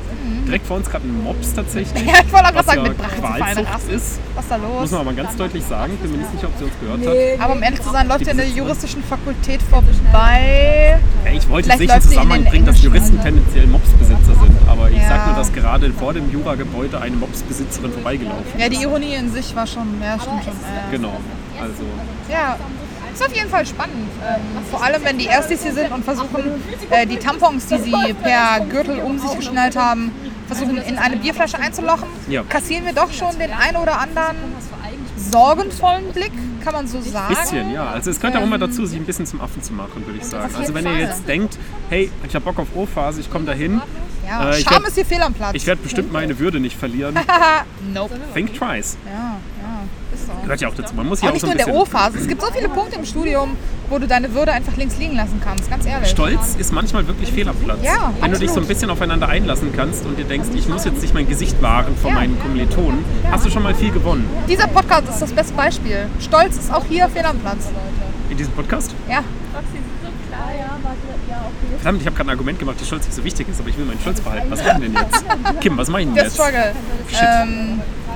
[SPEAKER 2] Direkt vor uns gerade ein Mops tatsächlich.
[SPEAKER 1] Mhm. Ja, ich wollte auch gerade
[SPEAKER 2] was
[SPEAKER 1] sagen,
[SPEAKER 2] ja
[SPEAKER 1] mit Brachen zu fallen
[SPEAKER 2] Qualzucht
[SPEAKER 1] rasten.
[SPEAKER 2] ist.
[SPEAKER 1] Was ist da los?
[SPEAKER 2] Muss man aber ganz deutlich sagen. Bin mir nicht sicher, ob sie uns gehört hat.
[SPEAKER 1] Aber um ehrlich zu sein, läuft
[SPEAKER 2] Die
[SPEAKER 1] ihr an der
[SPEAKER 2] Besitzerin.
[SPEAKER 1] juristischen Fakultät vorbei.
[SPEAKER 2] Ja, ich wollte
[SPEAKER 1] Vielleicht
[SPEAKER 2] jetzt nicht in
[SPEAKER 1] läuft sie in
[SPEAKER 2] Zusammenhang
[SPEAKER 1] den
[SPEAKER 2] bringen, dass
[SPEAKER 1] englischen
[SPEAKER 2] Juristen tendenziell Mopsbesitzer sind. Aber ich
[SPEAKER 1] Ja.
[SPEAKER 2] sag nur, dass gerade vor dem Jura-Gebäude eine Mopsbesitzerin vorbeigelaufen
[SPEAKER 1] Ja, die Ironie in sich war schon, ja, stimmt schon.
[SPEAKER 2] ist.
[SPEAKER 1] Ja.
[SPEAKER 2] Genau. Also,
[SPEAKER 1] Ja, ist auf jeden Fall spannend. Ähm, vor allem, wenn die Erstis hier sind und versuchen, äh, die Tampons, die sie per Gürtel um sich geschnallt haben,
[SPEAKER 2] Also
[SPEAKER 1] versuchen in eine Bierflasche einzulochen,
[SPEAKER 2] Ja.
[SPEAKER 1] kassieren wir doch schon den einen oder anderen sorgenvollen Blick, kann man so sagen.
[SPEAKER 2] bisschen, ja. Also es gehört auch immer
[SPEAKER 1] Ähm.
[SPEAKER 2] dazu, sich ein bisschen zum Affen zu machen, würde ich sagen. Also wenn ihr jetzt denkt, hey, ich habe Bock auf O-Phase, ich komme dahin,
[SPEAKER 1] Ja,
[SPEAKER 2] Äh, ich
[SPEAKER 1] Scham
[SPEAKER 2] werd-
[SPEAKER 1] ist hier fehl am Platz.
[SPEAKER 2] ich werde bestimmt meine Würde nicht verlieren.
[SPEAKER 1] nope.
[SPEAKER 2] Think twice.
[SPEAKER 1] Ja, ja, ist so.
[SPEAKER 2] Gehört ja auch dazu. Man muss
[SPEAKER 1] Auch
[SPEAKER 2] ja auch
[SPEAKER 1] nicht
[SPEAKER 2] so
[SPEAKER 1] nur
[SPEAKER 2] ein
[SPEAKER 1] in der
[SPEAKER 2] bisschen...
[SPEAKER 1] O-Phase. Es gibt so viele Punkte im Studium, wo du deine Würde einfach links liegen lassen kannst, ganz ehrlich.
[SPEAKER 2] Stolz ist manchmal wirklich Fehl am Platz.
[SPEAKER 1] Ja,
[SPEAKER 2] Wenn du dich so ein
[SPEAKER 1] absolut.
[SPEAKER 2] bisschen aufeinander einlassen kannst und dir denkst, ich muss jetzt nicht mein Gesicht wahren vor
[SPEAKER 1] Ja.
[SPEAKER 2] meinen Kommilitonen, hast du schon mal viel gewonnen.
[SPEAKER 1] Dieser Podcast ist das beste Beispiel. Stolz ist auch hier fehl am Platz.
[SPEAKER 2] In diesem Podcast?
[SPEAKER 1] Ja,
[SPEAKER 2] Verdammt, ich habe gerade ein Argument gemacht, dass Stolz nicht so wichtig ist, aber ich will meinen Stolz behalten. Was machen denn jetzt? Kim, was mache ich denn
[SPEAKER 1] der
[SPEAKER 2] jetzt?
[SPEAKER 1] Struggle.
[SPEAKER 2] Shit.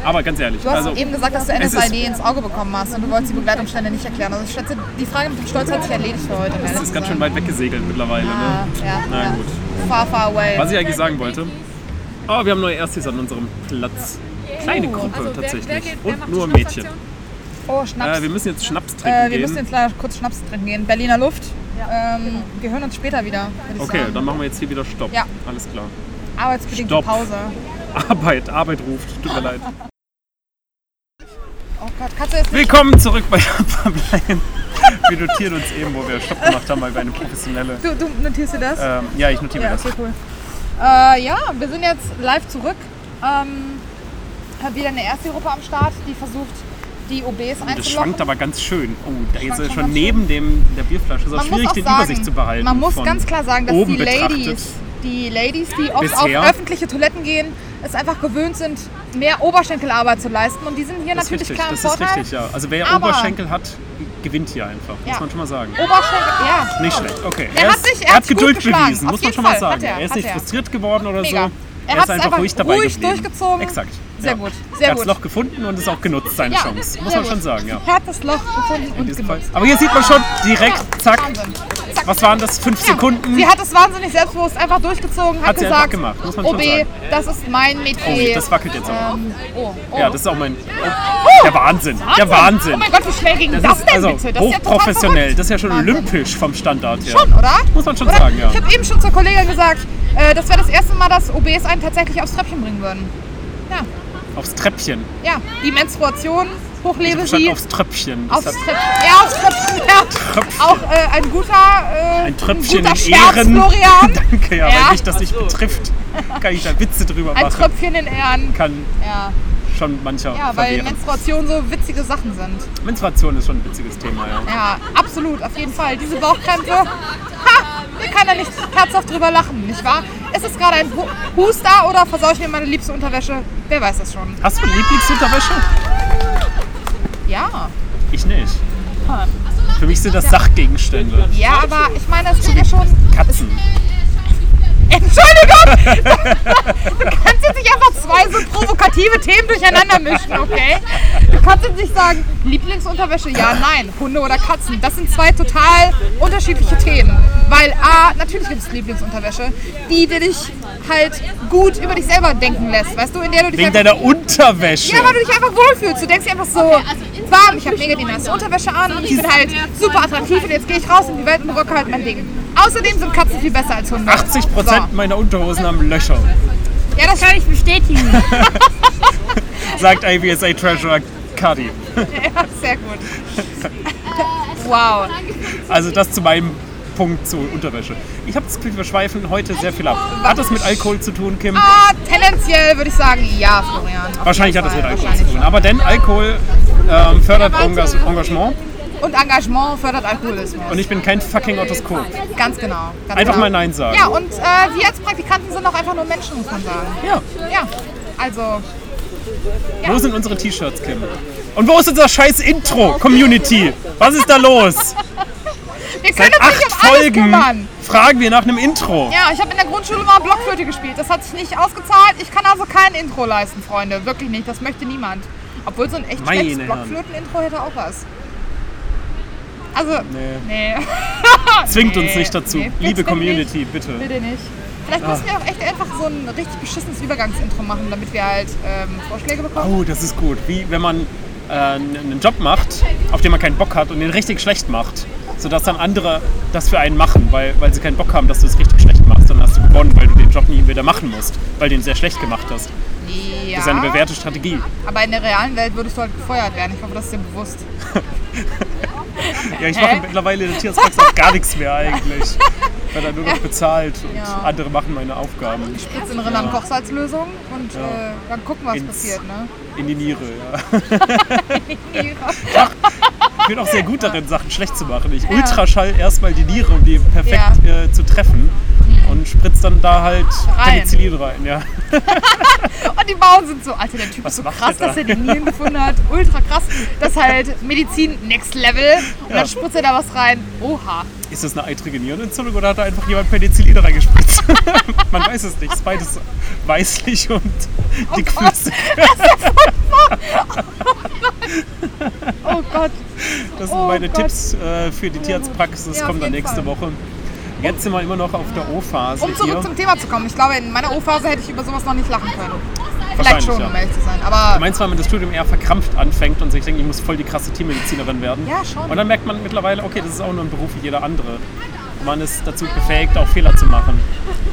[SPEAKER 2] aber ganz ehrlich,
[SPEAKER 1] ähm, Du hast
[SPEAKER 2] also
[SPEAKER 1] eben gesagt, dass du
[SPEAKER 2] es ist-
[SPEAKER 1] NSID ins Auge bekommen hast und du wolltest die Begleitumstände nicht erklären. Also ich schätze, die Frage mit dem Stolz hat sich erledigt für heute. um ehrlich
[SPEAKER 2] es ist
[SPEAKER 1] zu
[SPEAKER 2] ganz schön
[SPEAKER 1] sein.
[SPEAKER 2] weit weggesegelt mittlerweile.
[SPEAKER 1] Ah,
[SPEAKER 2] Ne?
[SPEAKER 1] ja,
[SPEAKER 2] Na
[SPEAKER 1] ja.
[SPEAKER 2] gut.
[SPEAKER 1] Far, far away.
[SPEAKER 2] Was ich eigentlich sagen wollte, oh, wir haben neue Erstis an unserem Platz. Kleine Gruppe
[SPEAKER 1] also
[SPEAKER 2] tatsächlich. und nur Mädchen.
[SPEAKER 1] oh, Schnaps.
[SPEAKER 2] Äh, wir müssen jetzt Schnaps trinken
[SPEAKER 1] äh, wir
[SPEAKER 2] gehen.
[SPEAKER 1] müssen jetzt leider kurz Schnaps trinken gehen. Berliner Luft. Ähm, wir hören uns später wieder, würde ich
[SPEAKER 2] okay,
[SPEAKER 1] sagen.
[SPEAKER 2] dann machen wir jetzt hier wieder Stopp.
[SPEAKER 1] Ja.
[SPEAKER 2] Alles klar.
[SPEAKER 1] Arbeitsbedingte
[SPEAKER 2] Stopp.
[SPEAKER 1] Pause.
[SPEAKER 2] Arbeit, Arbeit ruft. Tut mir leid.
[SPEAKER 1] Oh Gott, kannst du jetzt nicht...
[SPEAKER 2] Willkommen zurück bei Abablein. Wir notieren uns eben, wo wir Stopp gemacht haben, weil wir eine professionelle.
[SPEAKER 1] Du, du notierst dir das?
[SPEAKER 2] Ähm, ja, ich notiere mir
[SPEAKER 1] Ja,
[SPEAKER 2] das.
[SPEAKER 1] okay, cool. Äh, ja, wir sind jetzt live zurück. Ähm, hat wieder eine erste Gruppe am Start, die versucht, die OBs
[SPEAKER 2] Das
[SPEAKER 1] einzulocken.
[SPEAKER 2] schwankt aber ganz schön. Oh, da
[SPEAKER 1] Schwankt
[SPEAKER 2] ist er
[SPEAKER 1] schon
[SPEAKER 2] schon
[SPEAKER 1] ganz
[SPEAKER 2] neben dem, der Bierflasche. Es ist auch
[SPEAKER 1] Man muss
[SPEAKER 2] schwierig,
[SPEAKER 1] auch
[SPEAKER 2] den
[SPEAKER 1] sagen,
[SPEAKER 2] Übersicht zu behalten.
[SPEAKER 1] Man muss
[SPEAKER 2] von
[SPEAKER 1] ganz klar sagen, dass
[SPEAKER 2] oben
[SPEAKER 1] die
[SPEAKER 2] betrachtet.
[SPEAKER 1] Ladies, die Ladies, die oft
[SPEAKER 2] Bisher.
[SPEAKER 1] auf öffentliche Toiletten gehen, es einfach gewöhnt sind, mehr Oberschenkelarbeit zu leisten. Und die sind hier
[SPEAKER 2] Das ist
[SPEAKER 1] natürlich
[SPEAKER 2] richtig,
[SPEAKER 1] klar im
[SPEAKER 2] das ist
[SPEAKER 1] Vorteil.
[SPEAKER 2] richtig, ja. Also wer
[SPEAKER 1] Aber-
[SPEAKER 2] Oberschenkel hat, gewinnt hier einfach.
[SPEAKER 1] Ja.
[SPEAKER 2] Muss man schon mal sagen.
[SPEAKER 1] Oberschenkel, ja.
[SPEAKER 2] Nicht schlecht, okay.
[SPEAKER 1] Er hat
[SPEAKER 2] ist-
[SPEAKER 1] sich- er
[SPEAKER 2] er hat
[SPEAKER 1] hat's gut
[SPEAKER 2] Geduld
[SPEAKER 1] geschlagen.
[SPEAKER 2] bewiesen,
[SPEAKER 1] Auf
[SPEAKER 2] muss man
[SPEAKER 1] jeden
[SPEAKER 2] schon
[SPEAKER 1] Fall
[SPEAKER 2] mal sagen.
[SPEAKER 1] hat er,
[SPEAKER 2] er ist
[SPEAKER 1] hat
[SPEAKER 2] nicht
[SPEAKER 1] er.
[SPEAKER 2] frustriert geworden oder
[SPEAKER 1] Mega.
[SPEAKER 2] so.
[SPEAKER 1] Er
[SPEAKER 2] Also, ist
[SPEAKER 1] hat's
[SPEAKER 2] einfach
[SPEAKER 1] einfach
[SPEAKER 2] ruhig dabei
[SPEAKER 1] ruhig
[SPEAKER 2] geblieben.
[SPEAKER 1] durchgezogen.
[SPEAKER 2] Exakt.
[SPEAKER 1] Sehr
[SPEAKER 2] ja.
[SPEAKER 1] gut,
[SPEAKER 2] Er
[SPEAKER 1] sehr
[SPEAKER 2] hat das
[SPEAKER 1] gut.
[SPEAKER 2] Loch gefunden und es auch genutzt, seine
[SPEAKER 1] Ja,
[SPEAKER 2] Chance. Muss
[SPEAKER 1] sehr
[SPEAKER 2] man schon
[SPEAKER 1] gut.
[SPEAKER 2] sagen, ja.
[SPEAKER 1] Er hat das Loch gefunden
[SPEAKER 2] In
[SPEAKER 1] und
[SPEAKER 2] diesem Fall.
[SPEAKER 1] genutzt.
[SPEAKER 2] Aber hier sieht man schon direkt, zack,
[SPEAKER 1] Wahnsinn.
[SPEAKER 2] was waren das, fünf Sekunden?
[SPEAKER 1] Sie hat es wahnsinnig selbstbewusst einfach durchgezogen, hat,
[SPEAKER 2] Hat sie einfach
[SPEAKER 1] gesagt,
[SPEAKER 2] gemacht, muss man schon
[SPEAKER 1] OB,
[SPEAKER 2] sagen.
[SPEAKER 1] das ist mein Metier.
[SPEAKER 2] Oh, das wackelt jetzt auch.
[SPEAKER 1] Ähm, oh, oh.
[SPEAKER 2] Ja, das ist auch mein. Der Wahnsinn, der
[SPEAKER 1] Oh
[SPEAKER 2] Wahnsinn.
[SPEAKER 1] mein Gott, wie schnell ging das,
[SPEAKER 2] Das ist
[SPEAKER 1] denn
[SPEAKER 2] also
[SPEAKER 1] bitte? Das ist ja total
[SPEAKER 2] hochprofessionell,
[SPEAKER 1] verrückt.
[SPEAKER 2] das ist ja schon
[SPEAKER 1] Wahnsinn.
[SPEAKER 2] olympisch vom Standard her.
[SPEAKER 1] Schon, oder?
[SPEAKER 2] Muss man schon
[SPEAKER 1] oder?
[SPEAKER 2] sagen, ja.
[SPEAKER 1] Ich habe eben schon zur Kollegin gesagt, äh, das wäre das erste Mal, dass OBs einen tatsächlich aufs Treppchen bringen würden.
[SPEAKER 2] Aufs Treppchen.
[SPEAKER 1] Ja, die Menstruation, hochlebe
[SPEAKER 2] Stand
[SPEAKER 1] sie.
[SPEAKER 2] aufs Tröpfchen. Das
[SPEAKER 1] Aufs
[SPEAKER 2] hat-
[SPEAKER 1] Treppchen. Ja, aufs Treppchen. Ja. Auch äh, ein guter, äh,
[SPEAKER 2] Ein Tröpfchen
[SPEAKER 1] guter
[SPEAKER 2] in
[SPEAKER 1] Scherz,
[SPEAKER 2] Ehren.
[SPEAKER 1] Florian.
[SPEAKER 2] Danke, ja,
[SPEAKER 1] Ja.
[SPEAKER 2] weil mich das nicht betrifft, kann ich da Witze drüber
[SPEAKER 1] Ein
[SPEAKER 2] machen.
[SPEAKER 1] Tröpfchen in Ehren.
[SPEAKER 2] Kann
[SPEAKER 1] Ja,
[SPEAKER 2] schon mancher
[SPEAKER 1] ja weil
[SPEAKER 2] verwehren.
[SPEAKER 1] Menstruation so witzige Sachen sind.
[SPEAKER 2] Menstruation ist schon ein witziges Thema, ja.
[SPEAKER 1] Ja, absolut, auf jeden Fall. Diese Bauchkrämpfe, ha, mir kann er nicht herzhaft drüber lachen, nicht wahr? Ist es gerade ein Hu- Huster oder versau ich mir meine liebste Unterwäsche? Wer weiß das schon?
[SPEAKER 2] Hast du eine Lieblingsunterwäsche?
[SPEAKER 1] Ja.
[SPEAKER 2] Ich nicht. Für mich sind das Sachgegenstände.
[SPEAKER 1] Ja, aber ich meine, es tut ja schon.
[SPEAKER 2] Katzen.
[SPEAKER 1] Entschuldigung! Du kannst jetzt nicht einfach zwei so provokative Themen durcheinander mischen, okay? Du kannst jetzt nicht sagen, Lieblingsunterwäsche, ja, nein, Hunde oder Katzen. Das sind zwei total unterschiedliche Themen. Weil A, natürlich gibt es Lieblingsunterwäsche, die dir dich halt gut über dich selber denken lässt, weißt du, in der du dich
[SPEAKER 2] Wegen
[SPEAKER 1] einfach
[SPEAKER 2] deiner Unterwäsche.
[SPEAKER 1] Ja, weil du dich einfach wohlfühlst. Du denkst dir einfach so,
[SPEAKER 3] also
[SPEAKER 1] warm, ich habe mega die nasse Unterwäsche an und ich bin halt super attraktiv und jetzt gehe ich raus in die Welt und rocke halt mein Ding. Außerdem sind Katzen viel besser als Hunde.
[SPEAKER 2] 80 Prozent meiner Unterhosen haben Löcher,
[SPEAKER 1] So. Ja, das
[SPEAKER 3] Kann ich bestätigen.
[SPEAKER 2] sagt IBSA Treasurer Cuddy.
[SPEAKER 1] ja, sehr gut. Wow.
[SPEAKER 2] Also das zu meinem Punkt zur Unterwäsche. Ich habe das Gefühl, wir schweifen heute sehr viel ab. Hat das mit Alkohol zu tun, Kim?
[SPEAKER 1] Ah, tendenziell würde ich sagen, ja, Florian. auf
[SPEAKER 2] Wahrscheinlich
[SPEAKER 1] jeden
[SPEAKER 2] hat das mit
[SPEAKER 1] Fall,
[SPEAKER 2] Alkohol zu
[SPEAKER 1] wahrscheinlich
[SPEAKER 2] tun. ne? Aber denn Alkohol ähm, fördert Engas- Engagement
[SPEAKER 1] schon. Und Engagement fördert Alkoholismus.
[SPEAKER 2] und ich bin kein fucking Autoskop.
[SPEAKER 1] Ganz genau. Ganz
[SPEAKER 2] Einfach
[SPEAKER 1] genau.
[SPEAKER 2] mal Nein sagen.
[SPEAKER 1] Ja, und äh, wir als Praktikanten sind auch einfach nur Menschen, muss man sagen.
[SPEAKER 2] Ja.
[SPEAKER 1] Ja, also
[SPEAKER 2] Wo sind unsere T-Shirts, Kim? Und wo ist unser scheiß Intro, Community? Was ist da los?
[SPEAKER 1] Wir können uns
[SPEAKER 2] Seit acht
[SPEAKER 1] nicht um alles
[SPEAKER 2] Folgen
[SPEAKER 1] kümmern.
[SPEAKER 2] fragen wir nach einem Intro.
[SPEAKER 1] Ja, ich habe in der Grundschule mal Blockflöte gespielt. Das hat sich nicht ausgezahlt. Ich kann also kein Intro leisten, Freunde. Wirklich nicht. Das möchte niemand. Obwohl so ein echt
[SPEAKER 2] Meine
[SPEAKER 1] schlechtes
[SPEAKER 2] Herren.
[SPEAKER 1] Blockflöten-Intro hätte auch was. Also,
[SPEAKER 2] Nee.
[SPEAKER 1] nee,
[SPEAKER 2] Zwingt uns
[SPEAKER 1] Nee,
[SPEAKER 2] nicht dazu.
[SPEAKER 1] nee,
[SPEAKER 2] Liebe
[SPEAKER 1] bitte nicht.
[SPEAKER 2] Community, bitte.
[SPEAKER 1] bitte nicht. Vielleicht müssen wir auch echt einfach so ein richtig beschissenes Übergangsintro machen, damit wir halt ähm, Vorschläge bekommen.
[SPEAKER 2] Oh, das ist gut. Wie wenn man äh, einen Job macht, auf den man keinen Bock hat und den richtig schlecht macht, sodass dann andere das für einen machen, weil, weil sie keinen Bock haben, dass du es richtig schlecht machst. Dann hast du gewonnen, weil du den Job nie wieder machen musst, weil du ihn sehr schlecht gemacht hast.
[SPEAKER 1] ja.
[SPEAKER 2] Das ist eine bewährte Strategie.
[SPEAKER 1] Aber in der realen Welt würdest du halt gefeuert werden. Ich hoffe, das ist dir bewusst.
[SPEAKER 2] Ja, ich mache
[SPEAKER 1] Hä?
[SPEAKER 2] mittlerweile in der Tierarztpraxis auch gar nichts mehr eigentlich. Weil da nur noch bezahlt und
[SPEAKER 1] Ja.
[SPEAKER 2] andere machen meine Aufgaben
[SPEAKER 1] Spritz in Rindern Kochsalzlösung und
[SPEAKER 2] Ja.
[SPEAKER 1] äh, dann gucken, was
[SPEAKER 2] Ins-
[SPEAKER 1] passiert. Ne?
[SPEAKER 2] in die Niere. Ja. Ich bin auch sehr gut darin, Sachen schlecht zu machen. Ich Ultraschall erstmal die Niere, um die perfekt äh, zu treffen. Und spritzt dann da halt
[SPEAKER 1] Mhm. Rein.
[SPEAKER 2] Penicillin rein. Ja.
[SPEAKER 1] Und die Bauern sind so, Alter, der Typ
[SPEAKER 2] Was
[SPEAKER 1] ist so
[SPEAKER 2] macht
[SPEAKER 1] krass,
[SPEAKER 2] der da?
[SPEAKER 1] dass er die Nieren gefunden hat. Ultra krass. Das ist halt Medizin Next Level. Und dann spritzt er da was rein. Oha.
[SPEAKER 2] Ist das eine eitrige Nierenentzündung oder hat da einfach jemand Penicillin reingespritzt? Man weiß es nicht. Es ist beides weißlich und dickflüssig.
[SPEAKER 1] Oh Gott.
[SPEAKER 2] Das sind
[SPEAKER 1] Oh
[SPEAKER 2] meine
[SPEAKER 1] Gott.
[SPEAKER 2] Tipps äh, für die Tierarztpraxis.
[SPEAKER 1] Ja, auf
[SPEAKER 2] kommt dann
[SPEAKER 1] jeden
[SPEAKER 2] nächste
[SPEAKER 1] Fall.
[SPEAKER 2] Woche. Jetzt sind wir immer noch auf der O-Phase
[SPEAKER 1] Um zurück
[SPEAKER 2] hier.
[SPEAKER 1] zum Thema zu kommen. Ich glaube, in meiner O-Phase hätte ich über sowas noch nicht lachen können. Vielleicht
[SPEAKER 2] Wahrscheinlich,
[SPEAKER 1] schon,
[SPEAKER 2] ja.
[SPEAKER 1] um ehrlich zu sein. Aber
[SPEAKER 2] Meinst du, weil man das Studium eher verkrampft anfängt und sich denkt, ich muss voll die krasse Tiermedizinerin werden?
[SPEAKER 1] Ja, schon.
[SPEAKER 2] Und dann merkt man mittlerweile, okay, das ist auch nur ein Beruf wie jeder andere. Man ist dazu befähigt, auch Fehler zu machen.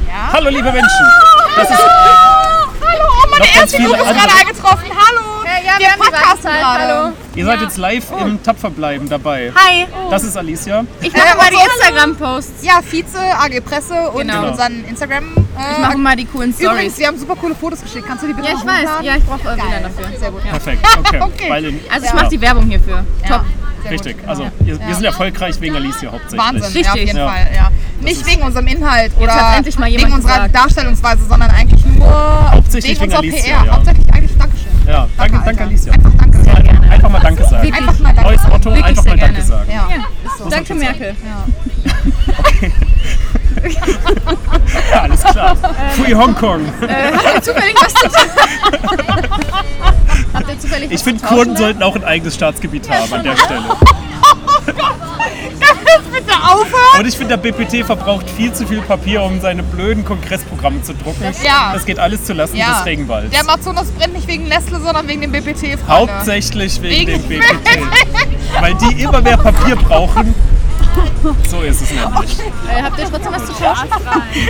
[SPEAKER 1] ja.
[SPEAKER 2] Hallo, liebe Menschen! Das ist
[SPEAKER 1] Hallo, oh, meine
[SPEAKER 2] Noch ganz
[SPEAKER 1] erste
[SPEAKER 2] viele
[SPEAKER 1] Gruppe ist
[SPEAKER 2] andere.
[SPEAKER 1] gerade eingetroffen. Hallo.
[SPEAKER 4] Ja, ja, wir,
[SPEAKER 1] Wir
[SPEAKER 4] haben die
[SPEAKER 1] podcasten
[SPEAKER 4] Wartezeit.
[SPEAKER 1] gerade.
[SPEAKER 4] Hallo.
[SPEAKER 2] Ihr seid jetzt live
[SPEAKER 1] Oh.
[SPEAKER 2] im Tapferbleiben dabei.
[SPEAKER 4] Hi.
[SPEAKER 2] Das ist Alicia.
[SPEAKER 4] Ich mache
[SPEAKER 1] Äh,
[SPEAKER 4] mal die
[SPEAKER 1] und so,
[SPEAKER 4] Instagram-Posts.
[SPEAKER 1] Ja, Vize, AG Presse und
[SPEAKER 4] Genau.
[SPEAKER 1] unseren Instagram. äh,
[SPEAKER 4] Ich mache mal die coolen
[SPEAKER 1] Übrigens,
[SPEAKER 4] Stories.
[SPEAKER 1] wir haben super coole Fotos geschickt. Kannst du die bitte
[SPEAKER 4] Ja, ich
[SPEAKER 1] noch
[SPEAKER 4] weiß.
[SPEAKER 1] hochladen?
[SPEAKER 4] Ja, ich brauche
[SPEAKER 1] Geil.
[SPEAKER 4] äh, WLAN dafür.
[SPEAKER 1] Sehr gut.
[SPEAKER 2] Perfekt, okay.
[SPEAKER 1] Okay.
[SPEAKER 2] Weil in,
[SPEAKER 4] Also ich
[SPEAKER 1] Ja.
[SPEAKER 4] mache die Werbung hierfür. Top.
[SPEAKER 1] Sehr gut.
[SPEAKER 2] richtig, also ihr, wir sind erfolgreich wegen Alicia hauptsächlich.
[SPEAKER 1] Wahnsinn, ja, auf
[SPEAKER 4] Richtig.
[SPEAKER 1] jeden
[SPEAKER 2] Ja.
[SPEAKER 1] Fall. Ja. Nicht wegen unserem Inhalt oder
[SPEAKER 4] hat's endlich mal jemand
[SPEAKER 1] wegen unserer
[SPEAKER 4] gesagt.
[SPEAKER 1] Darstellungsweise, sondern eigentlich nur
[SPEAKER 2] Hauptsächlich
[SPEAKER 1] wegen
[SPEAKER 2] wegen
[SPEAKER 1] unserer
[SPEAKER 2] Alicia,
[SPEAKER 1] PR.
[SPEAKER 2] ja.
[SPEAKER 1] Hauptsächlich eigentlich Dankeschön.
[SPEAKER 2] Ja, danke, danke,
[SPEAKER 1] Alter.
[SPEAKER 2] Alicia.
[SPEAKER 1] Einfach danke sagen.
[SPEAKER 2] Einfach mal Danke sagen.
[SPEAKER 1] Einfach mal danke
[SPEAKER 2] Neues
[SPEAKER 1] sagen.
[SPEAKER 2] Motto,
[SPEAKER 4] Wirklich
[SPEAKER 2] einfach
[SPEAKER 4] sehr
[SPEAKER 2] mal Danke
[SPEAKER 4] gerne.
[SPEAKER 2] sagen.
[SPEAKER 1] Ja.
[SPEAKER 4] Danke, Merkel.
[SPEAKER 2] Ja, alles klar. Free Hongkong.
[SPEAKER 4] Habt ihr zufällig was zu tun? Habt ihr zufällig
[SPEAKER 2] Ich
[SPEAKER 4] was
[SPEAKER 2] finde,
[SPEAKER 4] zu tauschen?
[SPEAKER 2] Kurden sollten auch ein eigenes Staatsgebiet haben an der Stelle.
[SPEAKER 1] Bitte aufhören!
[SPEAKER 2] Und ich finde, der BPT verbraucht viel zu viel Papier, um seine blöden Kongressprogramme zu drucken.
[SPEAKER 1] ja.
[SPEAKER 2] Das geht alles zulasten
[SPEAKER 1] Ja.
[SPEAKER 2] des Regenwalds.
[SPEAKER 1] Der Amazonas brennt nicht wegen Nestle, sondern wegen dem BPT, Freunde.
[SPEAKER 2] Hauptsächlich wegen dem
[SPEAKER 1] Wegen-
[SPEAKER 2] BPT. Weil die immer mehr Papier brauchen. So ist es nämlich.
[SPEAKER 4] Äh, habt ihr trotzdem was zu tauschen?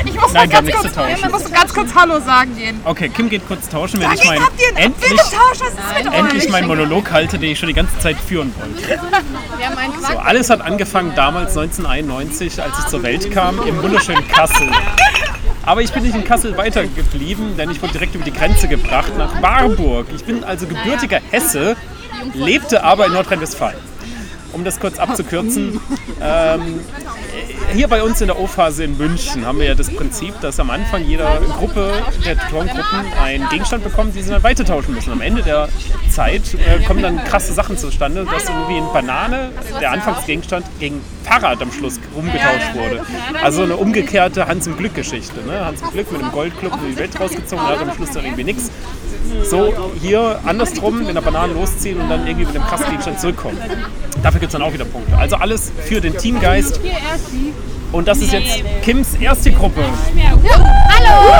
[SPEAKER 1] Ich muss mal
[SPEAKER 2] Nein,
[SPEAKER 1] ganz
[SPEAKER 2] gar nichts
[SPEAKER 1] kurz,
[SPEAKER 2] zu tauschen.
[SPEAKER 1] ich muss ganz kurz Hallo sagen gehen.
[SPEAKER 2] Okay, Kim geht kurz tauschen, wenn ich
[SPEAKER 1] Ich
[SPEAKER 2] meinen
[SPEAKER 1] hab dir einen
[SPEAKER 2] endlich,
[SPEAKER 1] Bildtausch, was ist mit
[SPEAKER 2] endlich
[SPEAKER 1] euch?
[SPEAKER 2] meinen Monolog halte, den ich schon die ganze Zeit führen wollte.
[SPEAKER 4] Wir haben einen
[SPEAKER 2] So,
[SPEAKER 4] Quark.
[SPEAKER 2] alles hat angefangen damals 1991, als ich zur Welt kam, im wunderschönen Kassel. Aber ich bin nicht in Kassel weitergeblieben, denn ich wurde direkt über die Grenze gebracht nach Warburg. Ich bin also gebürtiger Hesse, lebte aber in Nordrhein-Westfalen. Um das kurz abzukürzen, hier bei uns in der O-Phase in München haben wir ja das Prinzip, dass am Anfang jeder Gruppe der Tutorengruppen einen Gegenstand bekommt, die sie dann weitertauschen müssen. Am Ende der Zeit äh, kommen dann krasse Sachen zustande, dass irgendwie in Banane der Anfangsgegenstand gegen Fahrrad am Schluss umgetauscht wurde. Also eine umgekehrte Hans im Glück-Geschichte. Ne? Hans im Glück mit dem Goldclub in die Welt rausgezogen, hat am Schluss dann irgendwie nichts. So hier andersrum mit einer Banane losziehen und dann irgendwie mit einem krassen Gegenstand zurückkommen. Dafür gibt es dann auch wieder Punkte. Also alles für den Teamgeist. Und das ist jetzt Kims erste Gruppe. Hallo!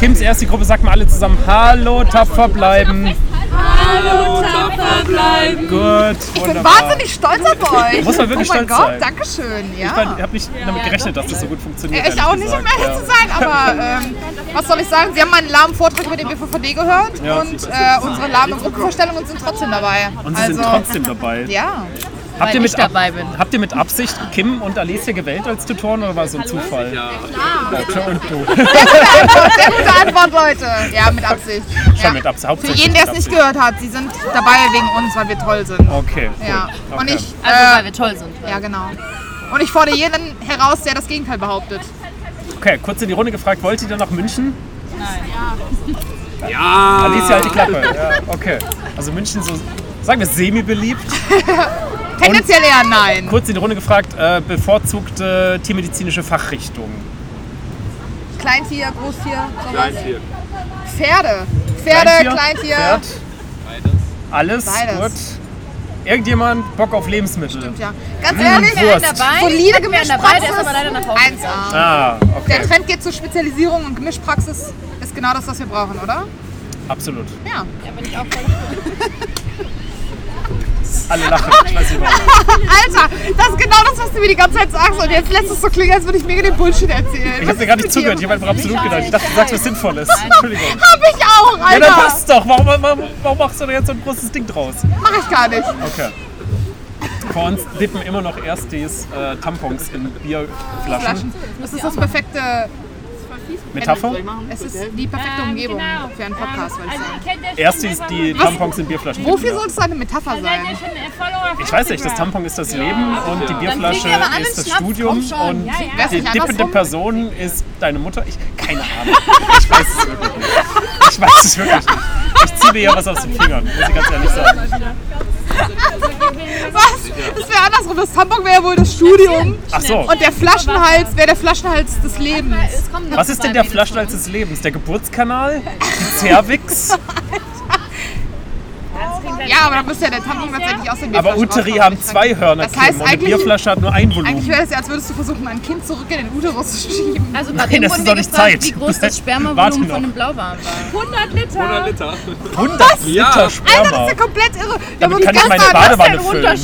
[SPEAKER 2] Kims erste Gruppe, sagt mal alle zusammen Hallo, tapfer bleiben. Hallo, tapfer bleiben. Gut,
[SPEAKER 1] Ich bin
[SPEAKER 2] wunderbar.
[SPEAKER 1] wahnsinnig stolz auf euch.
[SPEAKER 2] Muss man wirklich
[SPEAKER 1] oh mein
[SPEAKER 2] stolz
[SPEAKER 1] Gott,
[SPEAKER 2] sein.
[SPEAKER 1] Dankeschön.
[SPEAKER 2] Ich
[SPEAKER 1] Ja.
[SPEAKER 2] habe nicht damit gerechnet, dass das so gut funktioniert.
[SPEAKER 1] Ich
[SPEAKER 2] ehrlich
[SPEAKER 1] auch nicht, um
[SPEAKER 2] gesagt.
[SPEAKER 1] ehrlich
[SPEAKER 2] Ja.
[SPEAKER 1] zu sein, aber ähm, was soll ich sagen? Sie haben meinen lahmen Vortrag über den BVVD gehört
[SPEAKER 2] Ja.
[SPEAKER 1] und äh, unsere lahme Gruppenvorstellung und sind trotzdem dabei.
[SPEAKER 2] Und sie
[SPEAKER 1] Also-
[SPEAKER 2] sind trotzdem dabei.
[SPEAKER 1] ja.
[SPEAKER 2] Habt ihr,
[SPEAKER 4] Weil
[SPEAKER 2] mit
[SPEAKER 4] ich dabei bin.
[SPEAKER 2] habt ihr mit Absicht Kim und Alicia gewählt als Tutoren oder war es so ein Zufall? Ja, und du.
[SPEAKER 1] Sehr gute Antwort, Leute. Ja, mit Absicht. Ja.
[SPEAKER 2] Schon mit Absicht.
[SPEAKER 1] Für
[SPEAKER 2] hauptsächlich
[SPEAKER 1] jeden, der es
[SPEAKER 2] mit
[SPEAKER 1] nicht
[SPEAKER 2] Absicht.
[SPEAKER 1] gehört hat, sie sind dabei wegen uns, weil wir toll sind.
[SPEAKER 2] Okay, cool.
[SPEAKER 1] Ja. Und
[SPEAKER 2] Okay.
[SPEAKER 1] ich,
[SPEAKER 4] Also,
[SPEAKER 1] äh,
[SPEAKER 4] weil wir toll sind.
[SPEAKER 1] ja genau. Und ich fordere jeden heraus, der das Gegenteil behauptet.
[SPEAKER 2] Okay, kurz in die Runde gefragt, wollt ihr denn nach München? Nein. Ja. Alicia, halt die Klappe. Ja, okay. Also München so, sagen wir, semi-beliebt.
[SPEAKER 1] Tendenziell eher nein.
[SPEAKER 2] Kurz in die Runde gefragt, äh, bevorzugte tiermedizinische Fachrichtung.
[SPEAKER 1] Kleintier, Großtier, sowas.
[SPEAKER 5] Kleintier.
[SPEAKER 1] Pferde. Pferde, Kleintier.
[SPEAKER 2] Pferd. Alles.
[SPEAKER 1] Beides.
[SPEAKER 2] Gut. Irgendjemand Bock auf Lebensmittel?
[SPEAKER 1] Stimmt, ja. Ganz
[SPEAKER 2] Hm,
[SPEAKER 1] ehrlich,
[SPEAKER 2] Wurst.
[SPEAKER 1] solide
[SPEAKER 4] Wir hatten einen dabei, der ist
[SPEAKER 1] Gemischpraxis.
[SPEAKER 4] aber leider nach Hause.
[SPEAKER 1] 1A.
[SPEAKER 2] Ah,
[SPEAKER 1] Der
[SPEAKER 2] okay.
[SPEAKER 1] Trend geht zur Spezialisierung und Gemischpraxis ist genau das, was wir brauchen, oder?
[SPEAKER 2] Absolut.
[SPEAKER 1] Ja.
[SPEAKER 2] Alle lachen. Ich weiß nicht warum.
[SPEAKER 1] Alter, das ist genau das, was du mir die ganze Zeit sagst. Und jetzt lässt es so klingen, als würde ich mega den Bullshit erzählen.
[SPEAKER 2] Ich hab dir gar nicht zugehört. Ich habe einfach absolut gedacht. Ich dachte, du sagst was Sinnvolles. Entschuldigung.
[SPEAKER 1] Hab ich auch,
[SPEAKER 2] Ja, dann
[SPEAKER 1] Alter.
[SPEAKER 2] passt doch. Warum, warum, warum machst du da jetzt so ein großes Ding draus?
[SPEAKER 1] Mach ich gar nicht.
[SPEAKER 2] Okay. Vor uns dippen immer noch Erstis äh, Tampons in Bierflaschen.
[SPEAKER 1] Flaschen. Das ist das perfekte,
[SPEAKER 2] Metapher?
[SPEAKER 1] es ist die
[SPEAKER 4] Ähm,
[SPEAKER 1] perfekte Umgebung
[SPEAKER 4] genau.
[SPEAKER 1] für einen Podcast, würde ich
[SPEAKER 3] also
[SPEAKER 1] sagen.
[SPEAKER 3] ihr kennt ja schon
[SPEAKER 2] Erstis, die
[SPEAKER 3] Was?
[SPEAKER 2] Tampons in Bierflaschen.
[SPEAKER 1] Wofür
[SPEAKER 2] dippen,
[SPEAKER 1] soll es eine Metapher
[SPEAKER 3] Seid ihr
[SPEAKER 1] sein?
[SPEAKER 3] schon äh, Follower auf
[SPEAKER 2] ja. Ich weiß nicht, das
[SPEAKER 3] Instagram?
[SPEAKER 2] Tampon ist das Leben und die Bierflasche
[SPEAKER 4] kriegen wir aber alle
[SPEAKER 2] ist das
[SPEAKER 4] Schnaps,
[SPEAKER 2] Studium
[SPEAKER 4] komm schon.
[SPEAKER 2] und
[SPEAKER 3] Ja, ja.
[SPEAKER 1] Wär's
[SPEAKER 2] die
[SPEAKER 1] nicht
[SPEAKER 2] dippende
[SPEAKER 1] andersrum?
[SPEAKER 2] Person ist deine Mutter. Ich, keine Ahnung. Ich weiß es wirklich nicht. Ich weiß es wirklich nicht. Ich ziehe dir ja was aus den Fingern, muss ich ganz ehrlich sagen.
[SPEAKER 1] Was? Das wäre andersrum. Das Tampon wäre wohl das Studium.
[SPEAKER 2] Ach so,
[SPEAKER 1] Und der Flaschenhals wäre der Flaschenhals des Lebens.
[SPEAKER 4] Es kommen noch
[SPEAKER 2] was ist
[SPEAKER 4] zwei
[SPEAKER 2] denn der
[SPEAKER 4] Mädels
[SPEAKER 2] Flaschenhals des Lebens? Der Geburtskanal? Die Cervix?
[SPEAKER 1] Ja, aber da müsste ja der Tampon tatsächlich aus dem
[SPEAKER 2] Aber Uteri haben zwei Hörner,
[SPEAKER 1] Das heißt
[SPEAKER 2] Kim, und eine
[SPEAKER 1] eigentlich-
[SPEAKER 2] Bierflasche hat nur ein
[SPEAKER 1] Eigentlich
[SPEAKER 2] Volumen.
[SPEAKER 1] wäre das ja, als würdest du versuchen, ein Kind zurück in den Uterus zu schieben.
[SPEAKER 4] Also bei
[SPEAKER 2] Nein,
[SPEAKER 4] dem
[SPEAKER 2] das
[SPEAKER 4] wurden
[SPEAKER 2] ist
[SPEAKER 4] wir
[SPEAKER 2] doch nicht
[SPEAKER 4] gefragt,
[SPEAKER 2] Zeit.
[SPEAKER 4] wie groß das
[SPEAKER 2] Warte
[SPEAKER 4] Spermavolumen
[SPEAKER 2] noch.
[SPEAKER 4] von einem Blauwarm war.
[SPEAKER 3] 100 Liter.
[SPEAKER 5] 100 Liter.
[SPEAKER 2] 100 Liter
[SPEAKER 5] Ja.
[SPEAKER 1] Alter, das
[SPEAKER 2] Sperma.
[SPEAKER 1] ist ja komplett irre.
[SPEAKER 2] Damit
[SPEAKER 1] die
[SPEAKER 2] kann ich
[SPEAKER 1] ganze
[SPEAKER 2] meine
[SPEAKER 1] Zeit-
[SPEAKER 2] Badewanne füllen.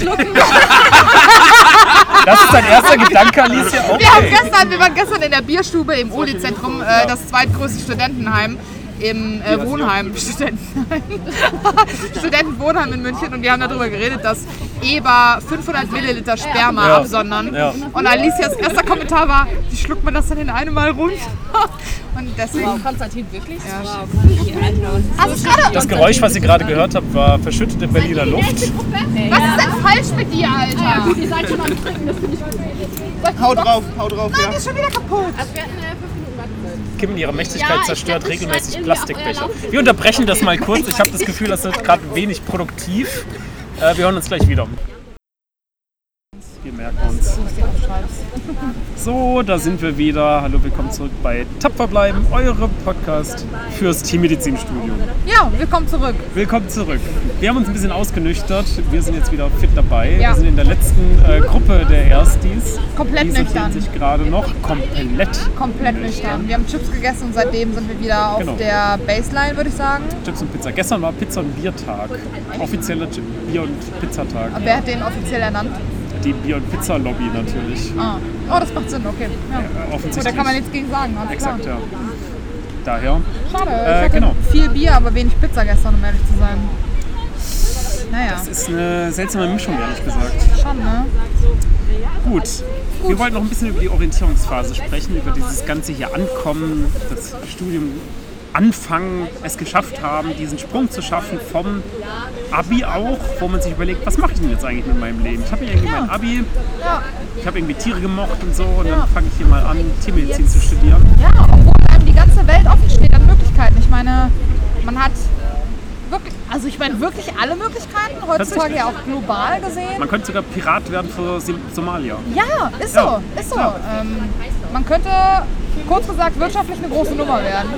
[SPEAKER 2] Das ist dein erster Gedanke, Alicia?
[SPEAKER 1] Wir, haben
[SPEAKER 2] Okay.
[SPEAKER 1] gestern, wir waren gestern in der Bierstube im Oli-Zentrum, äh, das zweitgrößte Studentenheim im äh, Wohnheim. Studentenheim. Studentenwohnheim in München und wir haben darüber geredet, dass EBA 500 Milliliter Sperma
[SPEAKER 2] Ja.
[SPEAKER 1] absondern.
[SPEAKER 2] Ja.
[SPEAKER 1] Und Alicias erster Kommentar war, wie schluckt man das denn in einem Mal runter? Und deswegen,
[SPEAKER 4] Konstantin, wirklich?
[SPEAKER 1] was ist, gerade,
[SPEAKER 2] Das Geräusch, was ihr gerade gehört habt, war verschüttete Berliner Luft.
[SPEAKER 1] was ist denn falsch mit dir, Alter?
[SPEAKER 4] Ihr seid schon am Trinken, das finde ich
[SPEAKER 6] Hau drauf, hau drauf, ja.
[SPEAKER 1] Die ist schon wieder kaputt.
[SPEAKER 2] Kim in ihrer Mächtigkeit
[SPEAKER 4] Ja, ich
[SPEAKER 2] zerstört
[SPEAKER 4] glaub, das
[SPEAKER 2] regelmäßig
[SPEAKER 4] scheint irgendwie auch
[SPEAKER 2] Plastikbecher.
[SPEAKER 4] euer Lauf zu
[SPEAKER 2] Wir unterbrechen das mal kurz. Ich habe das Gefühl, das wird gerade wenig produktiv. Äh, Wir hören uns gleich wieder. Wir merken uns. So, da sind wir wieder. Hallo, willkommen zurück bei Tapfer bleiben, eurem Podcast fürs Tiermedizinstudium.
[SPEAKER 1] Ja, willkommen zurück.
[SPEAKER 2] Willkommen zurück. Wir haben uns ein bisschen ausgenüchtert. Wir sind jetzt wieder fit dabei.
[SPEAKER 1] Ja.
[SPEAKER 2] Wir sind in der letzten äh, Gruppe der Erstis.
[SPEAKER 1] Komplett
[SPEAKER 2] Die sortiert
[SPEAKER 1] nüchtern.
[SPEAKER 2] sich gerade noch komplett.
[SPEAKER 1] Komplett nüchtern. Wir haben Chips gegessen und seitdem sind wir wieder auf
[SPEAKER 2] Genau.
[SPEAKER 1] der Baseline, würde ich sagen.
[SPEAKER 2] Chips und Pizza. Gestern war Pizza- und Biertag. Offizieller Chip- Bier- und Pizzatag.
[SPEAKER 1] Und wer hat den offiziell ernannt?
[SPEAKER 2] Die Bier- und Pizza-Lobby natürlich.
[SPEAKER 1] Ah. Oh, das macht Sinn, okay. Ja. Gut, Oh, da
[SPEAKER 2] Offensichtlich.
[SPEAKER 1] kann man nichts gegen sagen, alles
[SPEAKER 2] Exakt,
[SPEAKER 1] klar.
[SPEAKER 2] ja. Daher.
[SPEAKER 1] Schade,
[SPEAKER 2] Äh,
[SPEAKER 1] ich hatte
[SPEAKER 2] genau.
[SPEAKER 1] viel Bier, aber wenig Pizza gestern, um ehrlich zu sein. Naja,
[SPEAKER 2] Das ist eine seltsame Mischung, ehrlich gesagt.
[SPEAKER 1] schon, ne?
[SPEAKER 2] Gut. Wir wollten noch ein bisschen über die Orientierungsphase sprechen, über dieses ganze hier ankommen, das Studium anfangen, es geschafft haben, diesen Sprung zu schaffen vom Abi auch, wo man sich überlegt, was mache ich denn jetzt eigentlich mit meinem Leben? Ich habe ja irgendwie mein Abi, ich habe irgendwie Tiere gemocht und so und dann fange ich hier mal an, Tiermedizin zu studieren.
[SPEAKER 1] Ja, obwohl einem die ganze Welt offen steht an Möglichkeiten. Ich meine, man hat wirklich, also ich meine wirklich alle Möglichkeiten, heutzutage
[SPEAKER 2] Tatsächlich.
[SPEAKER 1] ja auch global gesehen.
[SPEAKER 2] Man könnte sogar Pirat werden für Sim- Somalia.
[SPEAKER 1] Ja, ist so,
[SPEAKER 2] Ja,
[SPEAKER 1] ist so.
[SPEAKER 2] ja.
[SPEAKER 1] Ähm, man könnte kurz gesagt wirtschaftlich eine große Nummer werden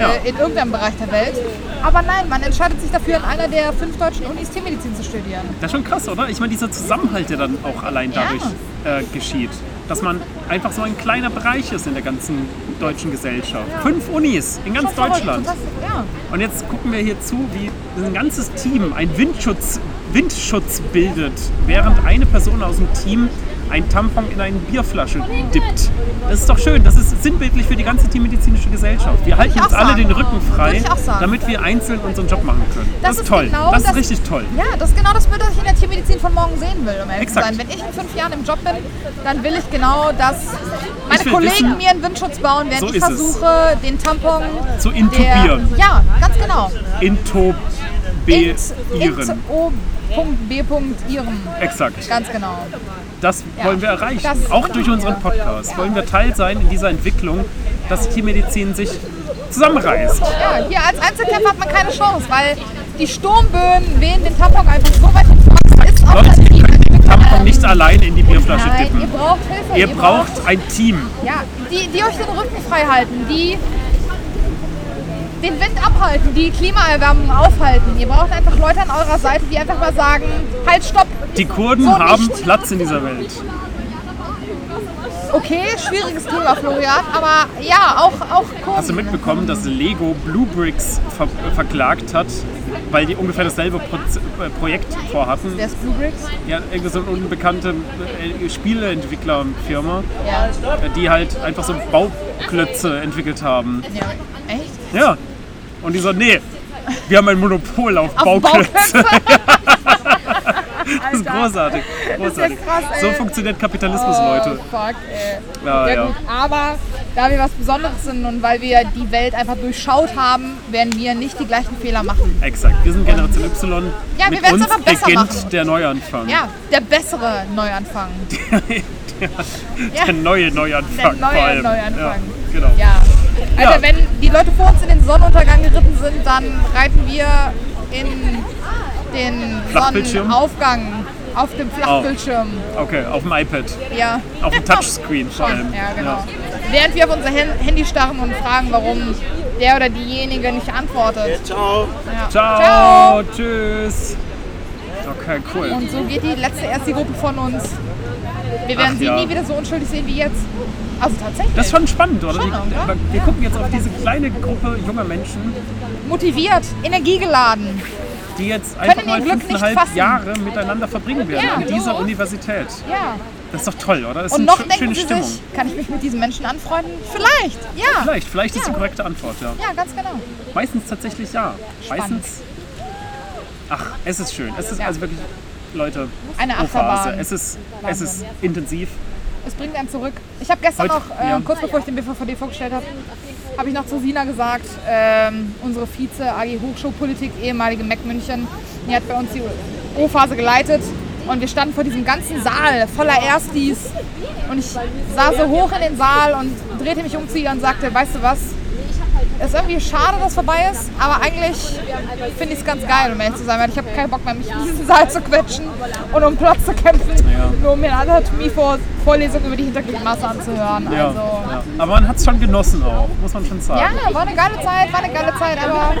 [SPEAKER 2] Ja.
[SPEAKER 1] äh, in irgendeinem Bereich der Welt. Aber nein, man entscheidet sich dafür, an einer der fünf deutschen Unis Tiermedizin zu studieren.
[SPEAKER 2] Das ist schon krass, oder? Ich meine, dieser Zusammenhalt, der dann auch allein dadurch äh, geschieht. Dass man einfach so ein kleiner Bereich ist in der ganzen deutschen Gesellschaft. Fünf Unis in ganz
[SPEAKER 1] Schon verrückt,
[SPEAKER 2] Deutschland.
[SPEAKER 1] fantastisch, Ja.
[SPEAKER 2] Und jetzt gucken wir hier zu, wie ein ganzes Team einen Windschutz, Windschutz bildet, während eine Person aus dem Team ein Tampon in eine Bierflasche dippt. Das ist doch schön. Das ist sinnbildlich für die ganze tiermedizinische Gesellschaft. Wir halten
[SPEAKER 1] ich
[SPEAKER 2] uns
[SPEAKER 1] auch
[SPEAKER 2] alle
[SPEAKER 1] sagen.
[SPEAKER 2] den Rücken frei,
[SPEAKER 1] ich auch sagen.
[SPEAKER 2] damit wir einzeln unseren Job machen können.
[SPEAKER 1] Das
[SPEAKER 2] Das, ist
[SPEAKER 1] ist
[SPEAKER 2] toll.
[SPEAKER 1] genau
[SPEAKER 2] das ist
[SPEAKER 1] das-
[SPEAKER 2] richtig toll.
[SPEAKER 1] ja, das ist genau das Bild, das ich in der Tiermedizin von morgen sehen will, um ehrlich
[SPEAKER 2] Exakt.
[SPEAKER 1] zu sein. Wenn ich in fünf Jahren im Job bin, dann will ich genau, dass meine
[SPEAKER 2] will
[SPEAKER 1] Kollegen
[SPEAKER 2] wissen-
[SPEAKER 1] mir einen Windschutz bauen, während
[SPEAKER 2] So
[SPEAKER 1] ich
[SPEAKER 2] ist es.
[SPEAKER 1] versuche, den Tampon
[SPEAKER 2] Zu
[SPEAKER 1] der,
[SPEAKER 2] intubieren.
[SPEAKER 1] Ja, ganz genau.
[SPEAKER 2] Intubieren.
[SPEAKER 1] O.B.ihren.
[SPEAKER 2] Exakt.
[SPEAKER 1] Ganz genau.
[SPEAKER 2] Das wollen wir erreichen.
[SPEAKER 1] Das-
[SPEAKER 2] Auch durch unseren Podcast wollen wir Teil sein in dieser Entwicklung, dass Tiermedizin sich zusammenreißt.
[SPEAKER 1] Ja, hier als Einzelkämpfer hat man keine Chance, weil die Sturmböen wehen den Tampon einfach so weit ins Wasser. Ist auch
[SPEAKER 2] Leute,
[SPEAKER 1] das
[SPEAKER 2] ihr könnt den Tampon nicht allein in die Bierflasche
[SPEAKER 1] Nein, ihr
[SPEAKER 2] kippen.
[SPEAKER 1] braucht Hilfe.
[SPEAKER 2] Ihr braucht ein Team.
[SPEAKER 1] Ja, die, die euch den Rücken frei halten, die den Wind abhalten, die Klimaerwärmung aufhalten. Ihr braucht einfach Leute an eurer Seite, die einfach mal sagen, halt, stopp.
[SPEAKER 2] Die Kurden
[SPEAKER 1] So
[SPEAKER 2] haben
[SPEAKER 1] nicht.
[SPEAKER 2] Platz in dieser Welt.
[SPEAKER 1] Okay, schwieriges Thema, Florian, aber ja, auch, auch Kurden.
[SPEAKER 2] Hast du mitbekommen, dass Lego Blue Bricks ver verklagt hat, weil die ungefähr dasselbe Proz äh, Projekt vorhatten?
[SPEAKER 1] Der ist Blue Bricks.
[SPEAKER 2] Ja, irgendwie so eine unbekannte äh, Spieleentwicklerfirma,
[SPEAKER 1] Ja.
[SPEAKER 2] äh, die halt einfach so Bauklötze entwickelt haben.
[SPEAKER 1] ja. Echt?
[SPEAKER 2] Ja. Und die so, nee, wir haben ein Monopol auf,
[SPEAKER 1] Auf
[SPEAKER 2] Bauklötze.
[SPEAKER 1] Bauklötze.
[SPEAKER 2] Das ist großartig. großartig.
[SPEAKER 1] krass, ey.
[SPEAKER 2] so funktioniert Kapitalismus, Leute.
[SPEAKER 1] Oh, fuck, ey.
[SPEAKER 2] Ja,
[SPEAKER 1] ja,
[SPEAKER 2] ja.
[SPEAKER 1] Gut. Aber da wir was Besonderes sind und weil wir die Welt einfach durchschaut haben, werden wir nicht die gleichen Fehler machen.
[SPEAKER 2] Exakt. Wir sind Generation Y.
[SPEAKER 1] Ja, wir
[SPEAKER 2] Mit
[SPEAKER 1] werden's
[SPEAKER 2] uns
[SPEAKER 1] aber besser
[SPEAKER 2] beginnt
[SPEAKER 1] machen.
[SPEAKER 2] der Neuanfang.
[SPEAKER 1] Ja, der bessere Neuanfang.
[SPEAKER 2] Der neue Neuanfang.
[SPEAKER 1] Der neue
[SPEAKER 2] vor allem.
[SPEAKER 1] Neuanfang.
[SPEAKER 2] Ja, genau.
[SPEAKER 1] Ja. Also
[SPEAKER 2] Ja.
[SPEAKER 1] wenn die Leute vor uns in den Sonnenuntergang geritten sind, dann reiten wir in den
[SPEAKER 2] Flachbildschirm?
[SPEAKER 1] Sonnenaufgang auf dem Flachbildschirm.
[SPEAKER 2] Okay, auf dem iPad.
[SPEAKER 1] Ja.
[SPEAKER 2] Auf dem Touchscreen vor allem.
[SPEAKER 1] Ja, genau. Während wir auf unser Hen- Handy starren und fragen, warum der oder diejenige nicht antwortet.
[SPEAKER 6] Ciao.
[SPEAKER 1] Ja.
[SPEAKER 2] Ciao, tschüss. Okay, cool.
[SPEAKER 1] Und so geht die letzte erste Gruppe von uns. Wir werden
[SPEAKER 2] Ach,
[SPEAKER 1] sie
[SPEAKER 2] ja.
[SPEAKER 1] nie wieder so unschuldig sehen wie jetzt. Also tatsächlich.
[SPEAKER 2] Das ist schon spannend, oder?
[SPEAKER 1] Schon, oder?
[SPEAKER 2] wir gucken jetzt auf diese kleine Gruppe junger Menschen,
[SPEAKER 1] Motiviert, energiegeladen.
[SPEAKER 2] die jetzt einfach
[SPEAKER 1] ihr
[SPEAKER 2] mal
[SPEAKER 1] Glück nicht
[SPEAKER 2] fünfeinhalb
[SPEAKER 1] fassen.
[SPEAKER 2] Jahre miteinander verbringen werden
[SPEAKER 1] Ja.
[SPEAKER 2] an dieser Universität.
[SPEAKER 1] Ja.
[SPEAKER 2] Das ist doch toll, oder? Das ist
[SPEAKER 1] Und noch
[SPEAKER 2] eine schö-
[SPEAKER 1] denken
[SPEAKER 2] schöne
[SPEAKER 1] sie
[SPEAKER 2] Stimmung.
[SPEAKER 1] sich, kann ich mich mit diesen Menschen anfreunden? Vielleicht, ja.
[SPEAKER 2] Vielleicht, vielleicht ist die korrekte Antwort, ja.
[SPEAKER 1] Ja, ganz genau.
[SPEAKER 2] Meistens tatsächlich ja. Meistens. Ach, es ist schön. Es ist also wirklich, Leute,
[SPEAKER 1] Eine
[SPEAKER 2] Ophase.
[SPEAKER 1] Achterbahn.
[SPEAKER 2] Es ist, es ist intensiv.
[SPEAKER 1] Es bringt einen zurück. Ich habe gestern
[SPEAKER 2] Heute-
[SPEAKER 1] noch, äh,
[SPEAKER 2] ja.
[SPEAKER 1] kurz bevor ich den BVVD vorgestellt habe, habe ich noch zu Sina gesagt, ähm, unsere Vize AG Hochschulpolitik, ehemalige MEC München, die hat bei uns die O-Phase geleitet. Und wir standen vor diesem ganzen Saal voller Erstis. Und ich sah so hoch in den Saal und drehte mich um zu ihr und sagte, weißt du was? Es ist irgendwie schade, dass es vorbei ist, aber eigentlich finde ich es ganz geil, um ehrlich zu sein, weil ich habe keinen Bock mehr, mich in diesen Saal zu quetschen und um Platz zu kämpfen, nur um mir eine Anatomie-Vorlesung über die Hintergliedmaße anzuhören.
[SPEAKER 2] Ja,
[SPEAKER 1] Also,
[SPEAKER 2] ja. Aber man hat es schon genossen auch, muss man schon sagen.
[SPEAKER 1] ja, war eine geile Zeit, war eine geile Zeit, aber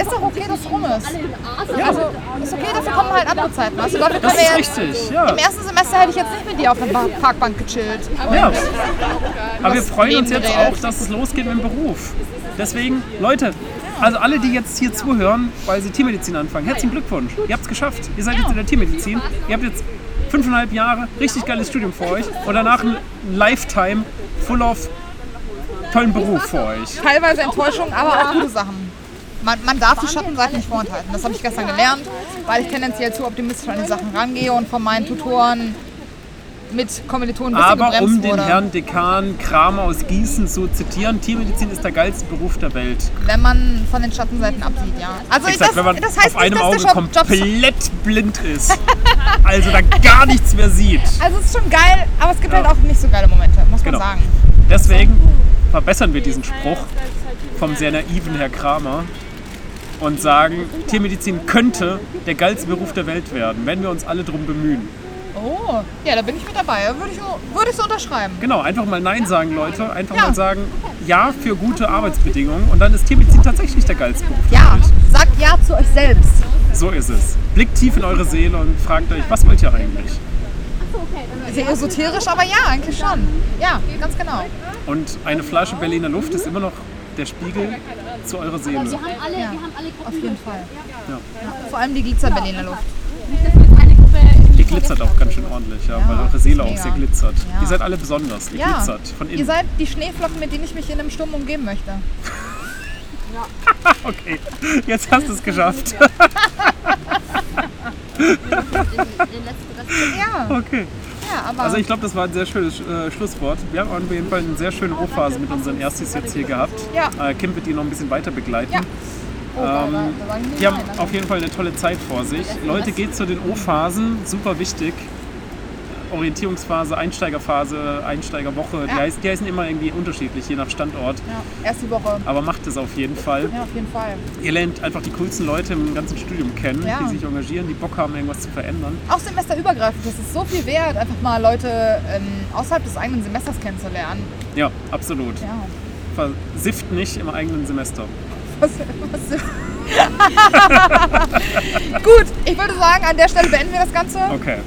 [SPEAKER 1] ist doch okay, dass es rum ist. Also, ist okay, dafür kommen halt andere Zeiten. Also, dafür können
[SPEAKER 2] Das
[SPEAKER 1] wir
[SPEAKER 2] ist
[SPEAKER 1] jetzt,
[SPEAKER 2] richtig, ja.
[SPEAKER 1] im ersten Semester hätte ich jetzt nicht mit dir auf der Ba- Parkbank gechillt.
[SPEAKER 2] ja. Aber wir freuen uns
[SPEAKER 1] Leben
[SPEAKER 2] jetzt
[SPEAKER 1] geredet.
[SPEAKER 2] auch, dass es losgeht mit dem Beruf. Deswegen, Leute, also alle, die jetzt hier zuhören, weil sie Tiermedizin anfangen, herzlichen Glückwunsch. Ihr habt es geschafft. Ihr seid jetzt in der Tiermedizin. Ihr habt jetzt fünfeinhalb Jahre richtig geiles Studium vor euch und danach ein Lifetime full of tollen Beruf vor euch.
[SPEAKER 1] Teilweise Enttäuschung, aber auch gute Sachen. Man, man darf die Schattenseiten nicht vorenthalten. Das habe ich gestern gelernt, weil ich tendenziell zu optimistisch an die Sachen rangehe und von meinen Tutoren mit Kommilitonen ein bisschen
[SPEAKER 2] Aber
[SPEAKER 1] gebremst
[SPEAKER 2] um den
[SPEAKER 1] wurde.
[SPEAKER 2] Herrn Dekan Kramer aus Gießen zu zitieren, Tiermedizin ist der geilste Beruf der Welt.
[SPEAKER 1] Wenn man von den Schattenseiten absieht, ja. Also
[SPEAKER 2] Exakt,
[SPEAKER 1] das,
[SPEAKER 2] wenn man
[SPEAKER 1] das heißt
[SPEAKER 2] auf einem
[SPEAKER 1] nicht, dass
[SPEAKER 2] Auge
[SPEAKER 1] der Job, Jobs
[SPEAKER 2] komplett blind ist, also da gar nichts mehr sieht.
[SPEAKER 1] Also es ist schon geil, aber es gibt
[SPEAKER 2] Ja.
[SPEAKER 1] halt auch nicht so geile Momente, muss man
[SPEAKER 2] Genau.
[SPEAKER 1] sagen.
[SPEAKER 2] Deswegen verbessern wir diesen Spruch vom sehr naiven Herr Kramer und sagen, Tiermedizin könnte der geilste Beruf der Welt werden, wenn wir uns alle drum bemühen.
[SPEAKER 1] Oh, ja, da bin ich mit dabei. Würde ich, würde ich so unterschreiben.
[SPEAKER 2] Genau, einfach mal Nein sagen, Leute. Einfach
[SPEAKER 1] Ja.
[SPEAKER 2] mal sagen, ja für gute Arbeitsbedingungen. Und dann ist Tiermedizin tatsächlich der geilste Beruf.
[SPEAKER 1] Ja, sagt ja zu euch selbst.
[SPEAKER 2] So ist es. Blickt tief in eure Seele und fragt euch, was wollt ihr eigentlich?
[SPEAKER 1] Sehr esoterisch, aber ja, eigentlich schon. Ja, ganz genau.
[SPEAKER 2] Und eine Flasche Berliner Luft ist immer noch der Spiegel zu eurer Seele.
[SPEAKER 5] Wir haben alle,
[SPEAKER 1] Ja.
[SPEAKER 5] wir haben alle Gruppen
[SPEAKER 1] Auf jeden Fall.
[SPEAKER 2] Ja.
[SPEAKER 1] Vor allem die Glitzer Berliner Luft.
[SPEAKER 5] eine Gruppe
[SPEAKER 2] Die glitzert auch ganz schön ordentlich, ja, weil eure Seele auch
[SPEAKER 1] mega.
[SPEAKER 2] sehr glitzert.
[SPEAKER 1] Ja.
[SPEAKER 2] Ihr seid alle besonders, ihr
[SPEAKER 1] Ja.
[SPEAKER 2] glitzert von
[SPEAKER 1] Ihr
[SPEAKER 2] innen.
[SPEAKER 1] seid die Schneeflocken, mit denen ich mich in einem Sturm umgeben möchte.
[SPEAKER 2] Okay, jetzt hast du es geschafft.
[SPEAKER 5] den letzten Rest.
[SPEAKER 1] Ja,
[SPEAKER 2] Okay.
[SPEAKER 1] ja, aber
[SPEAKER 2] Also ich glaube, das war ein sehr schönes äh, Schlusswort. Wir haben auf jeden Fall eine sehr schöne Hochphase mit unseren Erstis jetzt hier gehabt.
[SPEAKER 1] Ja.
[SPEAKER 2] Äh, Kim wird die noch ein bisschen weiter begleiten.
[SPEAKER 1] Ja. oh, da- da,
[SPEAKER 2] ähm,
[SPEAKER 1] da sagen die
[SPEAKER 2] Die haben
[SPEAKER 1] nein. Also,
[SPEAKER 2] auf jeden Fall eine tolle Zeit vor sich. Leute, geht zu den O-Phasen, super wichtig. Orientierungsphase, Einsteigerphase, Einsteigerwoche. Die,
[SPEAKER 1] Ja.
[SPEAKER 2] heißen, die heißen immer irgendwie unterschiedlich, je nach Standort.
[SPEAKER 1] Ja, erst die Woche.
[SPEAKER 2] Aber macht es auf jeden Fall.
[SPEAKER 1] Ja, auf jeden Fall.
[SPEAKER 2] Ihr lernt einfach die coolsten Leute im ganzen Studium kennen,
[SPEAKER 1] Ja.
[SPEAKER 2] die sich engagieren, die Bock haben, irgendwas zu verändern.
[SPEAKER 1] Auch semesterübergreifend, das ist so viel wert, einfach mal Leute ähm, außerhalb des eigenen Semesters kennenzulernen.
[SPEAKER 2] Ja, absolut.
[SPEAKER 1] Ja.
[SPEAKER 2] Versifft nicht im eigenen Semester.
[SPEAKER 1] Was, was ist Gut, ich würde sagen, an der Stelle beenden wir das Ganze.
[SPEAKER 2] Okay.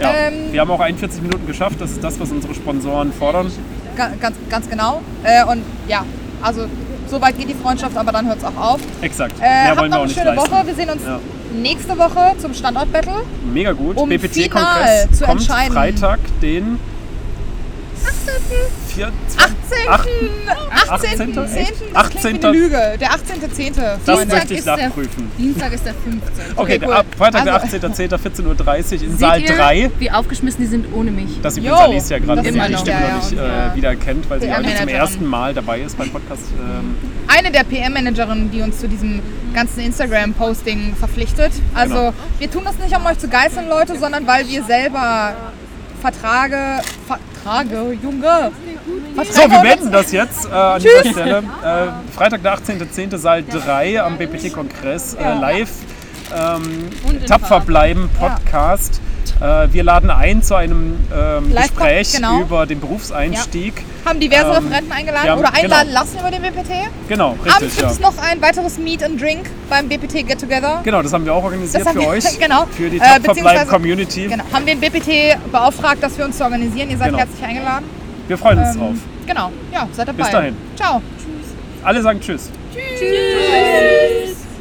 [SPEAKER 2] Ja.
[SPEAKER 1] Ähm.
[SPEAKER 2] wir haben auch 41 Minuten geschafft. Das ist das, was unsere Sponsoren fordern.
[SPEAKER 1] Ga- Ganz, ganz genau. Äh, und ja, also so weit geht die Freundschaft, aber dann hört es auch auf.
[SPEAKER 2] Exakt.
[SPEAKER 1] Äh,
[SPEAKER 2] Mehr
[SPEAKER 1] habt
[SPEAKER 2] wollen
[SPEAKER 1] noch eine
[SPEAKER 2] wir auch nicht
[SPEAKER 1] schöne
[SPEAKER 2] leisten.
[SPEAKER 1] Woche. Wir sehen uns
[SPEAKER 2] Ja.
[SPEAKER 1] nächste Woche zum Standort-Battle.
[SPEAKER 2] Mega gut.
[SPEAKER 1] Um
[SPEAKER 2] BPT-Kongress
[SPEAKER 1] final zu
[SPEAKER 2] kommt
[SPEAKER 1] entscheiden.
[SPEAKER 2] Freitag, den 24.
[SPEAKER 1] 18.
[SPEAKER 2] Ach,
[SPEAKER 1] 18.
[SPEAKER 2] 18.?
[SPEAKER 1] 10.
[SPEAKER 2] Echt?
[SPEAKER 1] Das klingt wie
[SPEAKER 2] 18..
[SPEAKER 1] eine Lüge. Der 18.10.
[SPEAKER 2] Das
[SPEAKER 1] Freunde.
[SPEAKER 2] möchte ich
[SPEAKER 4] ist der-
[SPEAKER 2] nachprüfen.
[SPEAKER 4] Dienstag ist der 15.
[SPEAKER 2] Okay,
[SPEAKER 1] cool.
[SPEAKER 2] der, ab Freitag,
[SPEAKER 1] Also-
[SPEAKER 2] der 18.10.14.30 Uhr in Saal
[SPEAKER 4] Seht ihr,
[SPEAKER 2] 3.
[SPEAKER 4] Wie aufgeschmissen die sind ohne mich.
[SPEAKER 2] Das
[SPEAKER 1] Jo,
[SPEAKER 2] übrigens Alicia gerade
[SPEAKER 1] das
[SPEAKER 2] sieht,
[SPEAKER 4] immer
[SPEAKER 2] die
[SPEAKER 4] noch,
[SPEAKER 2] Stimme
[SPEAKER 1] ja,
[SPEAKER 2] noch nicht
[SPEAKER 1] ja, und ja.
[SPEAKER 2] äh, wieder kennt, weil sie
[SPEAKER 1] Die
[SPEAKER 2] heute zum
[SPEAKER 1] Managerin.
[SPEAKER 2] ersten Mal dabei ist beim Podcast. Ähm,
[SPEAKER 1] Eine der PM-Managerinnen, die uns zu diesem ganzen Instagram-Posting verpflichtet. Also
[SPEAKER 2] Genau.
[SPEAKER 1] wir tun das nicht, um euch zu geißeln, Leute, sondern weil wir selber Vertrage, Vertrage, Junge, Verträge
[SPEAKER 2] So, wir
[SPEAKER 1] uns-
[SPEAKER 2] beenden das jetzt äh, an dieser Stelle. Äh, Freitag, der 18.10. Saal 3 am BPT-Kongress äh, live. Ähm, tapfer bleiben Podcast. Äh, wir laden ein zu einem ähm,
[SPEAKER 1] Live-Pod-
[SPEAKER 2] Gespräch
[SPEAKER 1] genau.
[SPEAKER 2] über den Berufseinstieg.
[SPEAKER 1] haben diverse
[SPEAKER 2] Ähm,
[SPEAKER 1] Referenten eingeladen
[SPEAKER 2] wir haben-
[SPEAKER 1] oder einladen
[SPEAKER 2] genau.
[SPEAKER 1] lassen über den BPT.
[SPEAKER 2] Genau,
[SPEAKER 1] Abends
[SPEAKER 2] richtig.
[SPEAKER 1] gibt
[SPEAKER 2] Ja.
[SPEAKER 1] es noch ein weiteres Meet and Drink beim BPT Get Together.
[SPEAKER 2] Genau, das haben wir auch organisiert
[SPEAKER 1] Das haben
[SPEAKER 2] für
[SPEAKER 1] wir-
[SPEAKER 2] euch.
[SPEAKER 1] genau.
[SPEAKER 2] Für die
[SPEAKER 1] Äh,
[SPEAKER 2] tapfer bleiben
[SPEAKER 1] beziehungsweise-
[SPEAKER 2] Community.
[SPEAKER 1] Genau, haben den BPT beauftragt, dass wir uns zu organisieren. Ihr seid
[SPEAKER 2] Genau.
[SPEAKER 1] herzlich eingeladen.
[SPEAKER 2] Wir freuen uns
[SPEAKER 1] Ähm,
[SPEAKER 2] drauf.
[SPEAKER 1] Genau, ja, seid dabei.
[SPEAKER 2] dahin.
[SPEAKER 1] Ciao.
[SPEAKER 2] Alle sagen Tschüss.
[SPEAKER 1] Tschüss.